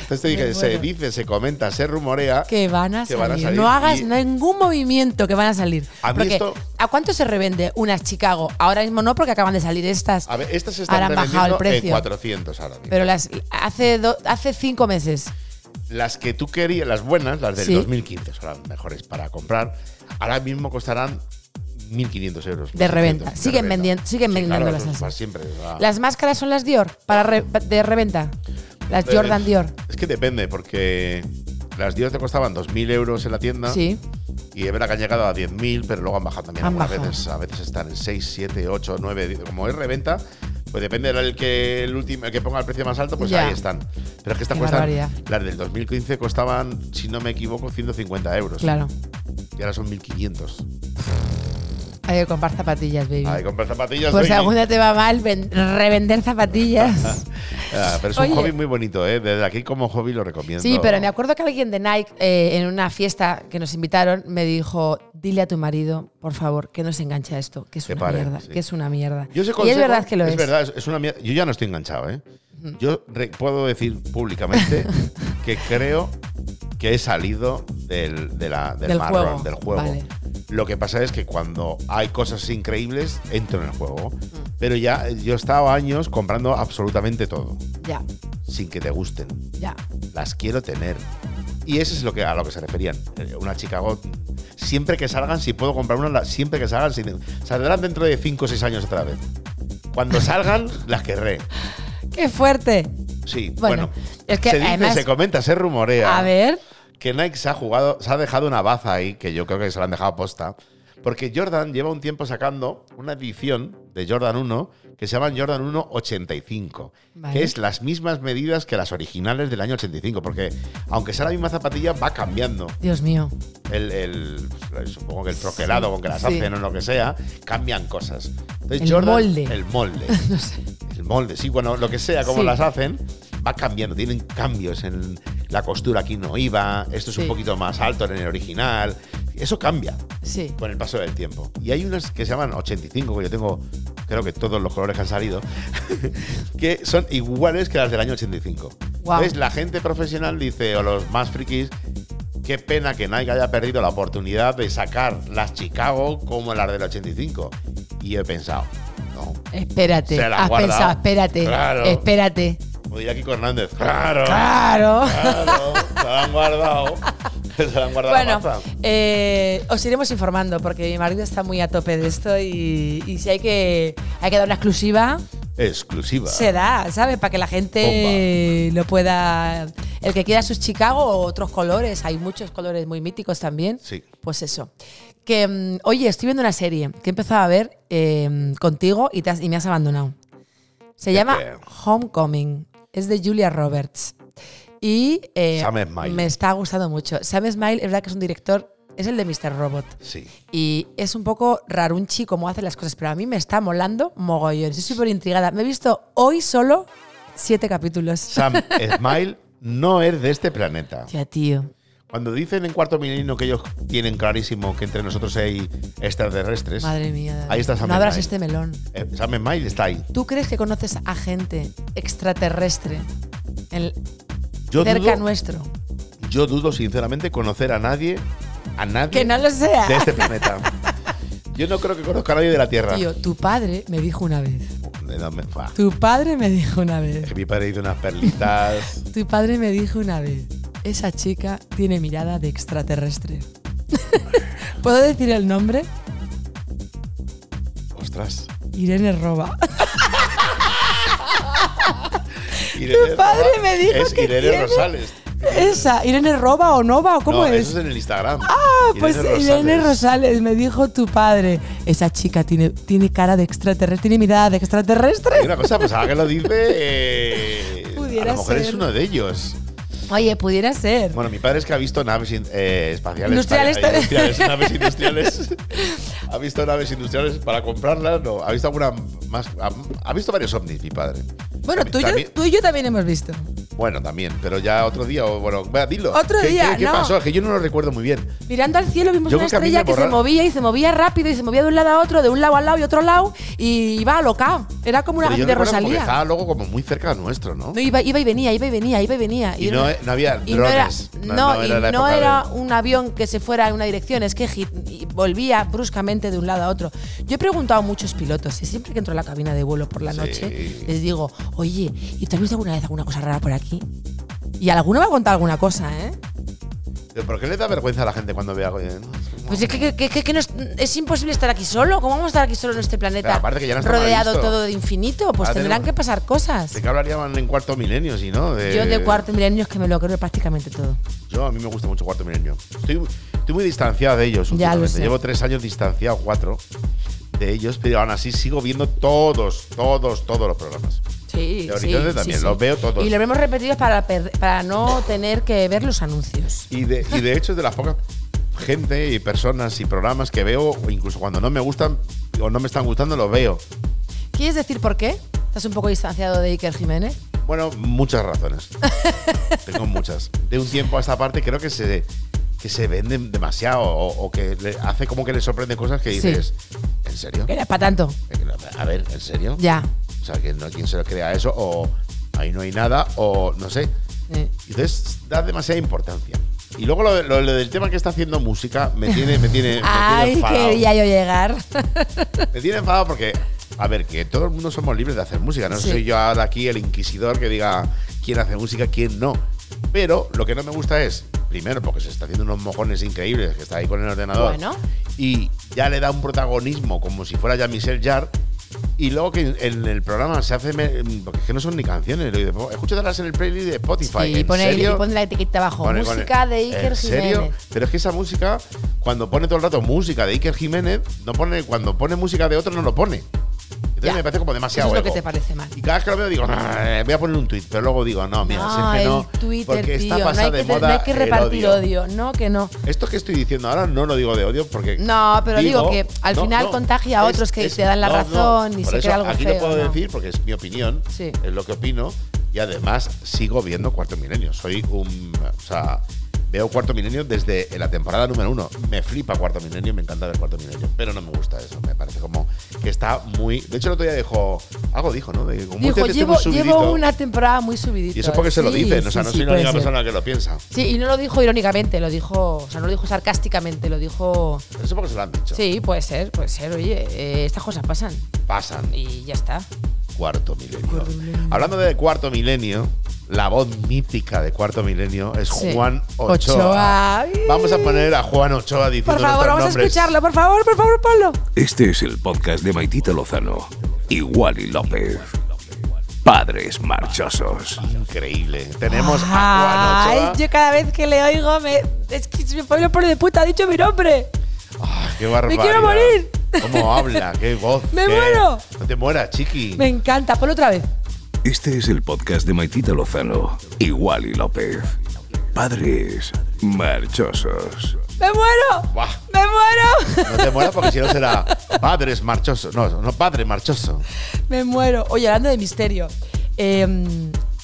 Entonces te dije, Me se muero. dice, se comenta, se rumorea. Que van a, Que salir. van a salir. No hagas Y- ningún movimiento que van a salir. A mí Porque, esto- ¿A cuánto se revende una Chicago? Ahora mismo no, porque acaban de salir estas. A ver, estas se están Ahora han revendiendo bajado el en precio. 400 ahora mismo. Pero las hace, do- hace cinco meses. Las que tú querías, las buenas, las del Sí. 2015, son las mejores para comprar, ahora mismo costarán 1.500 euros. De 1.600, reventa. Siguen vendiendo- siguen vendiéndolas claro, así. para siempre. o sea, Las máscaras son las Dior, para re- de reventa. Las eh, Jordan Dior. Es que depende, porque las Dios te costaban 2.000 euros en la tienda. Sí. Y es verdad que han llegado a 10.000, pero luego han bajado también. Han algunas bajado. veces, a veces están en 6, 7, 8, 9. 10. Como es reventa, pues depende del que, el último, el que ponga el precio más alto, pues Ya. ahí están. Pero es que estas Qué cuestan. barbaridad. Las del 2015 costaban, si no me equivoco, 150 euros. Claro. Y ahora son 1.500. Hay que comprar zapatillas, baby. Ay, comprar zapatillas. Pues si baby. alguna te va mal, ven- revender zapatillas. Ah, pero es un Oye. hobby muy bonito, ¿eh? Desde aquí como hobby lo recomiendo. Sí, pero me acuerdo que alguien de Nike eh, en una fiesta que nos invitaron me dijo, dile a tu marido, por favor, que no se enganche a esto, que es Que una pare, mierda, sí. que es una mierda. Yo ese y es consejo- verdad que lo es. verdad, es- es una mierda. Yo ya no estoy enganchado, ¿eh? Yo re- puedo decir públicamente que creo que he salido del, de la- del Del marrón, juego, del juego. vale. Lo que pasa es que cuando hay cosas increíbles, entro en el juego. Mm. Pero ya yo he estado años comprando absolutamente todo, Ya, sin que te gusten. ya. Las quiero tener. Y eso es lo que, a lo que se referían. Eh, Una Chicago, siempre que salgan, si puedo comprar una, la- siempre que salgan, si- saldrán dentro de 5 o 6 años otra vez. Cuando salgan, las querré. ¡Qué fuerte! Sí, bueno. Bueno, es que se dice, además- se comenta, se rumorea A ver, que Nike se ha jugado, se ha dejado una baza ahí, que yo creo que se la han dejado posta. Porque Jordan lleva un tiempo sacando una edición de Jordan 1 que se llama Jordan 1 85, Vale. que es las mismas medidas que las originales del año 85, porque aunque sea la misma zapatilla, va cambiando Dios mío. el, el- pues, supongo que el troquelado con que las sí. hacen o lo que sea, cambian cosas. Entonces, El Jordan- molde. El molde. No sé. El molde, sí, bueno, lo que sea, como Sí. las hacen, va cambiando. Tienen cambios en la costura, aquí no iba, esto es un Sí. poquito más alto en el original. Eso cambia Sí. con el paso del tiempo. Y hay unas que se llaman 85, que yo tengo, creo que todos los colores que han salido, que son iguales que las del año 85. Guau. Entonces la gente profesional dice, o los más frikis, qué pena que Nike haya perdido la oportunidad de sacar las Chicago como las del 85. Y yo he pensado, no. Espérate. Se la Has guarda. pensado, espérate. Claro. Espérate. Como diría Kiko Hernández, claro. Claro. Claro, se la han guardado. Se la han guardado la Bueno, maza. eh, os iremos informando porque mi marido está muy a tope de esto y, y si hay que, hay que dar una exclusiva, Exclusiva. se da, ¿sabes? Para que la gente lo pueda. El que quiera sus Chicago o otros colores, hay muchos colores muy míticos también. Sí. Pues eso. Que, mm, oye, estoy viendo una serie que he empezado a ver eh, contigo y, te has- y me has abandonado. Se llama qué? Homecoming. Es de Julia Roberts. Y eh, Sam Esmail. me está gustando mucho. Sam Smile es verdad que es un director, es el de Mr. Robot. Sí. Y es un poco rarunchi cómo hace las cosas, pero a mí me está molando mogollón. Estoy súper intrigada. Me he visto hoy solo siete capítulos. Sam Smile no es de este planeta. Ya, tío. Cuando dicen en cuarto milenio que ellos tienen clarísimo que entre nosotros hay extraterrestres, Madre mía. David. Ahí está Sam No abras Esmail. este melón. eh, Sam Smile está ahí. ¿Tú crees que conoces a gente extraterrestre en- Yo cerca dudo, nuestro? yo dudo sinceramente conocer a nadie, a nadie Que no lo sea. de este planeta. Yo no creo que conozca a nadie de la Tierra. Tío, tu padre me dijo una vez. De dónde- Buah, Tu padre me dijo una que vez. mi padre hizo unas perlitas. Tu padre me dijo una vez. Esa chica tiene mirada de extraterrestre. ¿Puedo decir el nombre? Ostras. Irene Roba. Irene padre Rosa- me dijo es que Irene tiene- Rosales. Esa, Irene Roba o Nova o cómo no, es. Eso es en el Instagram. Ah, Irene pues Irene Rosales me dijo tu padre. Esa chica tiene, tiene cara de extraterrestre, tiene mirada de extraterrestre. Y una cosa, pues ahora que lo dice, eh, a Pudiera lo mejor es ser. uno de ellos. Oye, pudiera ser. Bueno, mi padre es que ha visto naves in- eh, espaciales. Industriales eh, también. industriales, naves industriales. ha visto naves industriales para comprarlas. No, ha visto alguna más. Ha, ha visto varios ovnis, mi padre. También- Bueno, tú y, yo, también- tú y yo también hemos visto. Bueno, también, pero ya otro día, o bueno, va, dilo. Otro ¿Qué- día, ¿Qué, qué no. pasó? Es que yo no lo recuerdo muy bien. Mirando al cielo vimos Yo una creo que a mí estrella me que se borra- movía y se movía rápido y se movía de un lado a otro, de un lado al lado y otro lado y iba alocado. Era como una Pero yo de recuerdo como que Rosalía. estaba luego como muy cerca nuestro, ¿no? No, iba, iba y venía, iba y venía, iba y venía. Y no, eh, no había y no era, drones. no, y la no época de- era un avión que se fuera en una dirección, es que gi- y volvía bruscamente de un lado a otro. Yo he preguntado a muchos pilotos y siempre que entro a la cabina de vuelo por la Sí. noche les digo, oye, ¿y tú has visto alguna vez alguna cosa rara por aquí? Y alguno me ha contado alguna cosa, ¿eh? ¿Pero qué le da vergüenza a la gente cuando ve algo? Eh, no, es como- Pues es que, que- que- que- que no es, es imposible estar aquí solo. ¿Cómo vamos a estar aquí solo en este planeta? Pero aparte que ya no está mal rodeado visto. todo de infinito. Pues Ah, tendrán tenemos- que pasar cosas. ¿De qué hablarían en cuarto milenio, si no? De- Yo de cuarto milenio es que me lo creo prácticamente todo. Yo a mí me gusta mucho cuarto milenio. Estoy, estoy muy distanciado de ellos. Ya lo últimamente. sé. Llevo tres años distanciado, cuatro de ellos, pero aún así sigo viendo todos, todos, todos los programas. Sí, De Horizonte también, los veo todos. Y los vemos repetidos para, per- para no tener que ver los anuncios. Y de, y de hecho es de las pocas gente y personas y programas que veo, o incluso cuando no me gustan o no me están gustando, los veo. ¿Quieres decir por qué? ¿Estás un poco distanciado de Iker Jiménez? Bueno, muchas razones. Tengo muchas. De un tiempo a esta parte creo que se, que se venden demasiado o, o que le- hace como que le sorprenden cosas que Sí. dices, ¿en serio? Que era para tanto. A ver, ¿en serio? Ya. O sea, que no, ¿quién se lo crea eso? O ahí no hay nada, o no sé. Eh. Y Entonces da demasiada importancia. Y luego lo, lo- lo del tema que está haciendo música me tiene, me tiene, me tiene Ay, enfadado. quería yo llegar. Me tiene enfadado porque, a ver, que todo el mundo somos libres de hacer música. No Sí. soy yo ahora aquí el inquisidor que diga quién hace música, quién no. Pero lo que no me gusta es, primero, porque se está haciendo unos mojones increíbles que está ahí con el ordenador. Bueno. Y ya le da un protagonismo como si fuera ya Michelle Jarre. Y luego que en- en el programa se hace. me- Porque es que no son ni canciones. lo dice, "Po, Escúchatelas en el playlist de Spotify. Y ¿en pone, ahí- serio? y pone la etiqueta abajo. Pone- pone- Música de Iker ¿en serio? Jiménez. Pero es que esa música, cuando pone todo el rato música de Iker Jiménez, no pone, cuando pone música de otro no lo pone. Entonces Ya. me parece como demasiado. Eso es lo ego. que te parece mal. Y cada vez que lo veo digo, "Ah, voy a poner un tweet, pero luego digo, no, mira, si es que el no. Twitter, porque está tío. No pasada hay, que, de te- no moda. hay que el repartir odio. No, que no. Esto que estoy diciendo ahora no lo digo de odio porque. No, pero digo que al final contagia a es- otros que es- te dan la no, no. razón y Por se eso crea algo Aquí feo, lo puedo ¿no? decir porque es mi opinión, Sí. es lo que opino y además sigo viendo Cuarto Milenio. Soy un. O sea, veo Cuarto Milenio desde la temporada número uno. Me flipa Cuarto Milenio, me encanta ver Cuarto Milenio, pero no me gusta eso. Me parece como que está muy. De hecho, el otro día dijo. Algo dijo, ¿no? De, como, Dijo, "Últimamente estoy llevo, muy llevo subidito". una temporada muy subidita. Y eso es porque se lo Sí, dicen, o sí, sea, no sí, soy la puede única ser. persona que lo piensa. Sí, y no lo dijo irónicamente, lo dijo, o sea, no lo dijo sarcásticamente, lo dijo. Eso es porque se lo han dicho. Sí, puede ser, puede ser, oye, eh, estas cosas pasan Pasan. y ya está. Cuarto milenio. Cuarto milenio. Hablando de cuarto milenio, la voz mítica de cuarto milenio es Sí. Juan Ochoa. Ochoa. Ay. Vamos a poner a Juan Ochoa diciendo Por favor, nuestros vamos a nombres. escucharlo, por favor, por favor, Pablo. Este es el podcast de Maitita Lozano y Wally López. Padres marchosos. Increíble. Tenemos a Ay, Juan Ochoa. yo cada vez que le oigo, me, es que mi Pablo pone de puta, ha dicho mi nombre. Ay, qué barbaridad. quiero morir. ¿Cómo habla? ¿Qué voz? Me qué- muero. No te mueras, chiqui. Me encanta, ponlo otra vez. Este es el podcast de Maitita Lozano y Wally López. Padres marchosos. ¡Me muero! Buah. ¡Me muero! No te mueras porque si no será padres marchosos. No, no, padre marchoso. Me muero. Oye, hablando de misterio, eh,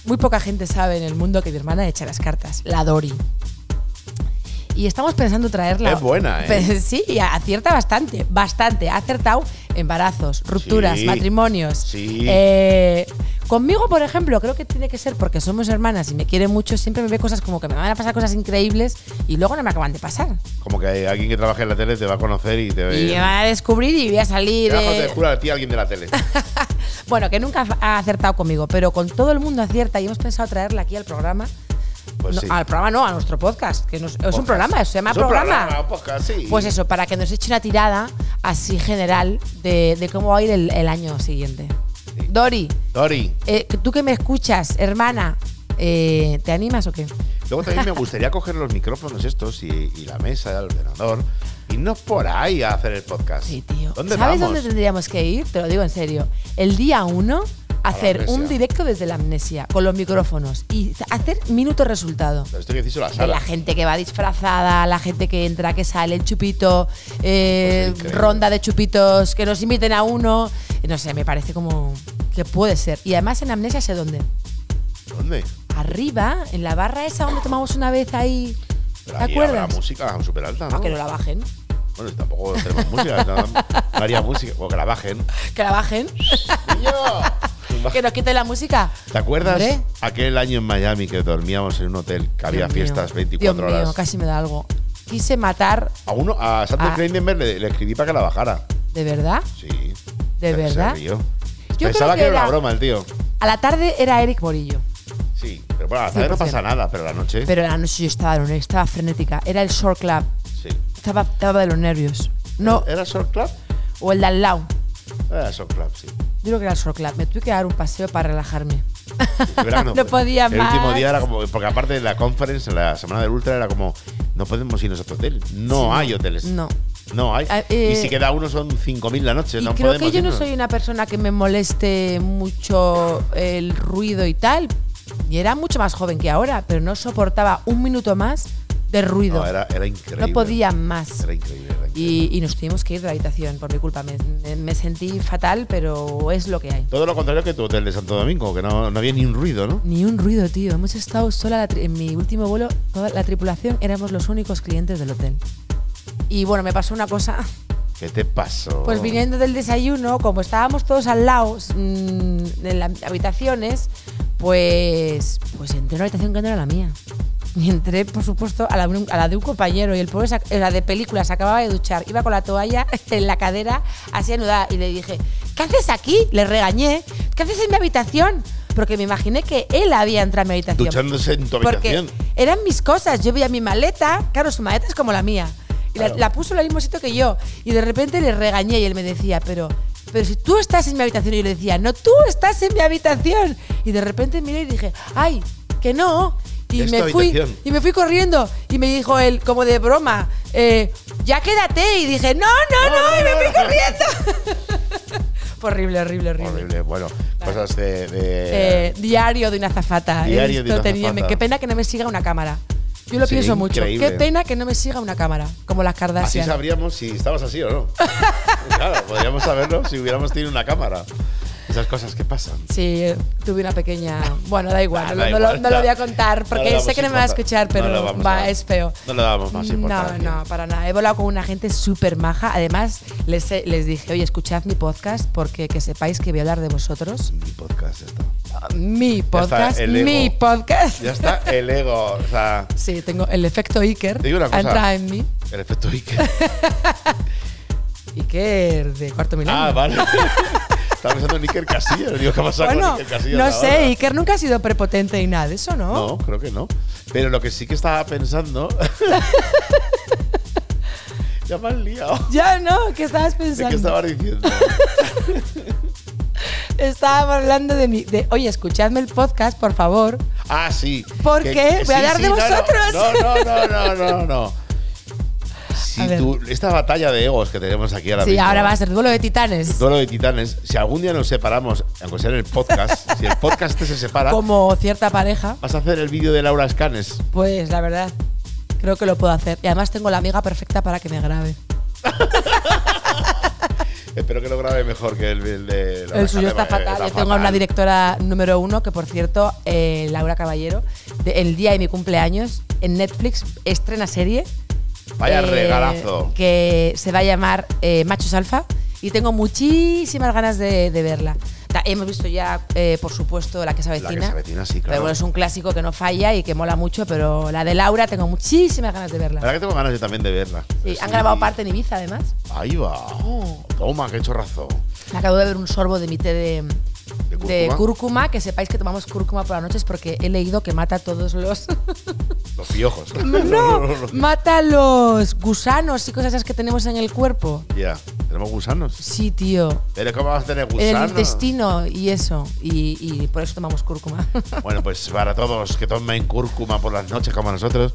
muy poca gente sabe en el mundo que mi hermana echa las cartas, la Dori. Y estamos pensando traerla. Es buena, ¿eh? Pues sí, y acierta bastante, bastante. Ha acertado embarazos, rupturas, Sí, matrimonios. sí. Eh, conmigo, por ejemplo, creo que tiene que ser porque somos hermanas y me quiere mucho, siempre me ve cosas como que me van a pasar cosas increíbles y luego no me acaban de pasar. Como que hay alguien que trabaja en la tele te va a conocer y te Y me ve. van a descubrir y voy a Te salir. va a joder, eh, jura a ti alguien de la tele. Bueno, que nunca ha acertado conmigo, pero con todo el mundo acierta y hemos pensado traerla aquí al programa. Pues No, sí. Al programa no, a nuestro podcast, que nos- es un Podcast. programa, se llama Es un programa. un podcast, sí. Pues eso, para que nos eche una tirada así general de, de cómo va a ir el, el año siguiente. Sí. Dori, Dori, eh, tú que me escuchas, hermana, eh, ¿te animas o qué? luego también me gustaría coger los micrófonos estos y, y la mesa, el ordenador, y no por ahí a hacer el podcast. Sí, tío. ¿Dónde ¿Sabes vamos? dónde tendríamos que ir? Te lo digo en serio. El día uno, hacer amnesia. un directo desde la amnesia con los micrófonos y hacer minuto resultado. Pero esto que decís en la De sala. la gente que va disfrazada, la gente que entra, que sale, el chupito, eh, Pues increíble. ronda de chupitos, que nos inviten a uno. No sé, me parece como que puede ser. Y además en Amnesia sé dónde. ¿Dónde? A arriba, en la barra esa donde tomamos una vez ahí. ¿Te Pero ahí habrá acuerdas? música súper alta, ¿no? Ah, que no la bajen. Bueno, tampoco tenemos música. No, no haría música. O que la bajen. Que la bajen. Niño. que nos quiten la música. ¿Te acuerdas Hombre. aquel año en Miami que dormíamos en un hotel, que había Dios mío. fiestas 24 Dios horas? Mío, casi me da algo. Quise matar, A uno, a Santos Ah. Kleinenberg le, le escribí para que la bajara. de verdad. Sí. ¿De Se- se verdad? rió. Yo Pensaba creo que, que era una era- broma el tío. A la tarde era Eric Morillo. Sí, pero bueno, a la tarde no 100%. pasa nada, pero a la noche. pues Pero la noche yo estaba, de los nervios, estaba frenética. Era el short club. sí. Estaba, estaba de los nervios. No, ¿Era Short Club? o el de al lado. Era Short Club, sí. Yo creo que era el short club. Me tuve que dar un paseo para relajarme. De verdad que No podía pues. el más. último día era como. Porque aparte de la conference, la semana del Ultra, era como. No podemos irnos a otro hotel. No Sí, hay hoteles. no. No hay. Ah, eh, y si queda uno son 5.000 la noche. Y no creo que podemos yo no irnos. soy una persona que me moleste mucho el ruido y tal. Y era mucho más joven que ahora, pero no soportaba un minuto más de ruido. No, era, era increíble. No podía más. Era increíble. Era increíble. Y, y nos tuvimos que ir de la habitación por mi culpa. Me, me- me sentí fatal, pero es lo que hay. Todo lo contrario que tu hotel de Santo Domingo, que no, no había ni un ruido, ¿no? Ni un ruido, tío. Hemos estado sola la tri- en mi último vuelo, toda la tripulación éramos los únicos clientes del hotel. Y bueno, me pasó una cosa. ¿Qué te pasó? Pues viniendo del desayuno, como estábamos todos al lado mm, en las habitaciones, pues, pues entré en una habitación que no era la mía. Y entré, por supuesto, a la, de un- a la de un compañero y el pobre, sac- era de película, se acababa de duchar, iba con la toalla en la cadera, así anudada, y le dije, ¿qué haces aquí? Le regañé, ¿qué haces en mi habitación? Porque me imaginé que él había entrado a mi habitación. Duchándose en tu Porque habitación. eran mis cosas. Yo veía mi maleta, claro, su maleta es como la mía. Y la- Claro. la, puso en el mismo sitio que yo. Y de repente le regañé y él me decía, pero, pero si tú estás en mi habitación. Y yo le decía, no, tú estás en mi habitación. Y de repente miré y dije, ay, que no. Y Es tu me, fui, habitación. y me fui corriendo. Y me dijo él, como de broma, eh, ya quédate. Y dije, no, no, no. y me fui corriendo. Fue horrible, horrible, horrible. Horrible. Bueno, cosas de. de- Eh, diario de una azafata. Diario Esto de una tenía- azafata. Qué pena que no me siga una cámara. Yo lo Sí, pienso mucho. increíble. Qué pena que no me siga una cámara, como las Así Kardashian. sabríamos si estabas así o no. claro, podríamos saberlo si hubiéramos tenido una cámara. Esas cosas que pasan. Sí, tuve una pequeña. Bueno, da igual, Nah, no, Ah, da lo- no lo- igual, no lo da- voy a contar no le porque damos sé que no me va a importancia. escuchar, pero No le vamos va, a dar- es feo. no le damos más No, importancia. no, para nada. He volado con una gente súper maja. Además, les, les dije, oye, escuchad mi podcast porque que sepáis que voy a hablar de vosotros. Mi podcast está. Mi Ah, Ya está, podcast, el ego. mi podcast. Ya está el ego. O sea, Sí, tengo el efecto Iker. Te digo una cosa. Entra en mí. el efecto Iker. Iker de cuarto milenio. Ah, vale. Estaba pensando en Iker Casillas. Digo, ¿qué ha pasado Bueno, con Iker Casillas? no ahora? sé, Iker nunca ha sido prepotente y nada, de eso no. No, creo que no. Pero lo que sí que estaba pensando. ya me han liado. Ya no, ¿qué estabas ¿De pensando? qué estaba diciendo? Estábamos hablando de mi. De, Oye, escuchadme el podcast, por favor. Ah, sí. ¿Por qué? Voy a hablar de no, no. vosotros. No, no, no, no, no. no. Si A ver. tú- esta batalla de egos que tenemos aquí ahora sí, mismo. ahora va a ser duelo de titanes. Duelo de titanes. Si algún día nos separamos, aunque sea en el podcast, si el podcast este se separa, Como cierta pareja, vas a hacer el vídeo de Laura Escanes. pues la verdad, creo que lo puedo hacer. Y además tengo la amiga perfecta para que me grabe. Espero que lo grabe mejor que el, el de Laura el suyo está Escanes. fatal. eh, Está Yo tengo fatal. una directora número uno, que por cierto, eh, Laura Caballero, de- el día de mi cumpleaños, en Netflix, estrena serie. Vaya eh, regalazo. Que se va a llamar eh, Machos Alfa y tengo muchísimas ganas de, de verla. Ta- Hemos visto ya, eh, por supuesto, la que se La avecina. que se avecina, sí, Pero claro. bueno, es un clásico que no falla y que mola mucho, pero la de Laura tengo muchísimas ganas de La verla. verdad que tengo ganas yo también de verla. Sí, han Sí. grabado parte Oh. en Ibiza, además. Ahí va. Toma, qué chorrazo. Me acabo de beber un sorbo de mi té de, ¿De de cúrcuma? cúrcuma, que sepáis que tomamos cúrcuma por las noches porque he leído que mata todos los... Los piojos. no, mata los gusanos y cosas esas que tenemos en el cuerpo. Ya, tenemos gusanos. Sí, tío. Pero ¿cómo vas a tener En gusanos? el intestino y eso. Y, y por eso tomamos cúrcuma. Bueno, pues para todos que tomen cúrcuma por las noches como nosotros,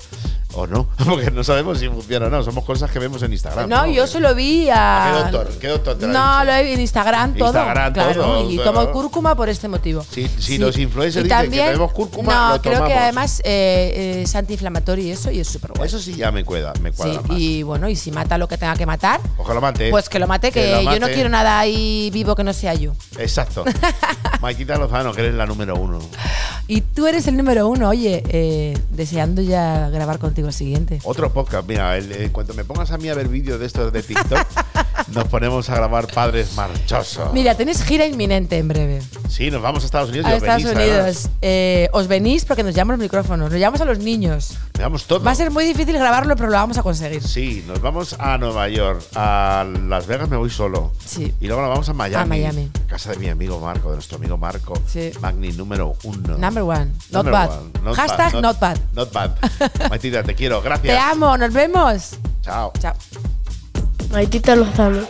o no, porque no sabemos si funciona o no. Somos cosas que vemos en Instagram. no, yo se lo vi a... ¿A Ah, qué doctor? ¿Qué doctor te lo ha No, dicho? lo he vi en Instagram todo. Instagram, claro, todo, y todo. tomo cúrcuma por este motivo. Si- si los influencers Y dicen que tenemos cúrcuma, No, lo creo que tomamos. además eh, es antiinflamatorio y eso, y es súper guay. Eso sí ya me cuadra, me Sí, cuadra más. y bueno, y si mata lo que tenga que matar, Ojalá mate. pues que lo mate, que, lo yo no mate. quiero nada ahí vivo que no sea yo. Exacto. Maikita Lozano, que eres la número uno. Y tú eres el número uno, oye, eh, deseando ya grabar contigo el siguiente. Otro podcast, mira, el- eh, en cuanto me pongas a mí a ver vídeos de estos de TikTok, nos ponemos a grabar Padres Marchosos. Mira, tenéis gira inminente en breve. Sí, nos vamos a Estados Unidos. y A os venís, Estados Unidos. Eh, os venís porque nos llevamos los micrófonos, nos llevamos a los niños. además. Veamos todo. Va a ser muy difícil grabarlo, pero lo vamos a conseguir. Sí, nos vamos a Nueva York, a Las Vegas me voy solo. Sí. Y luego nos vamos a Miami. A Miami. Casa de mi amigo Marco, de nuestro amigo Marco. Sí. Magni número uno. Number one. Not Number bad. one. Not Hashtag bad. not bad. Not bad. Maitita, te quiero. Gracias. Te amo, nos vemos. Chao. Chao. Maitita Lozano.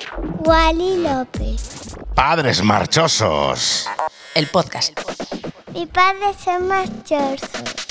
Wally López. Padres marchosos. El podcast. Mi padre es el más chorzo.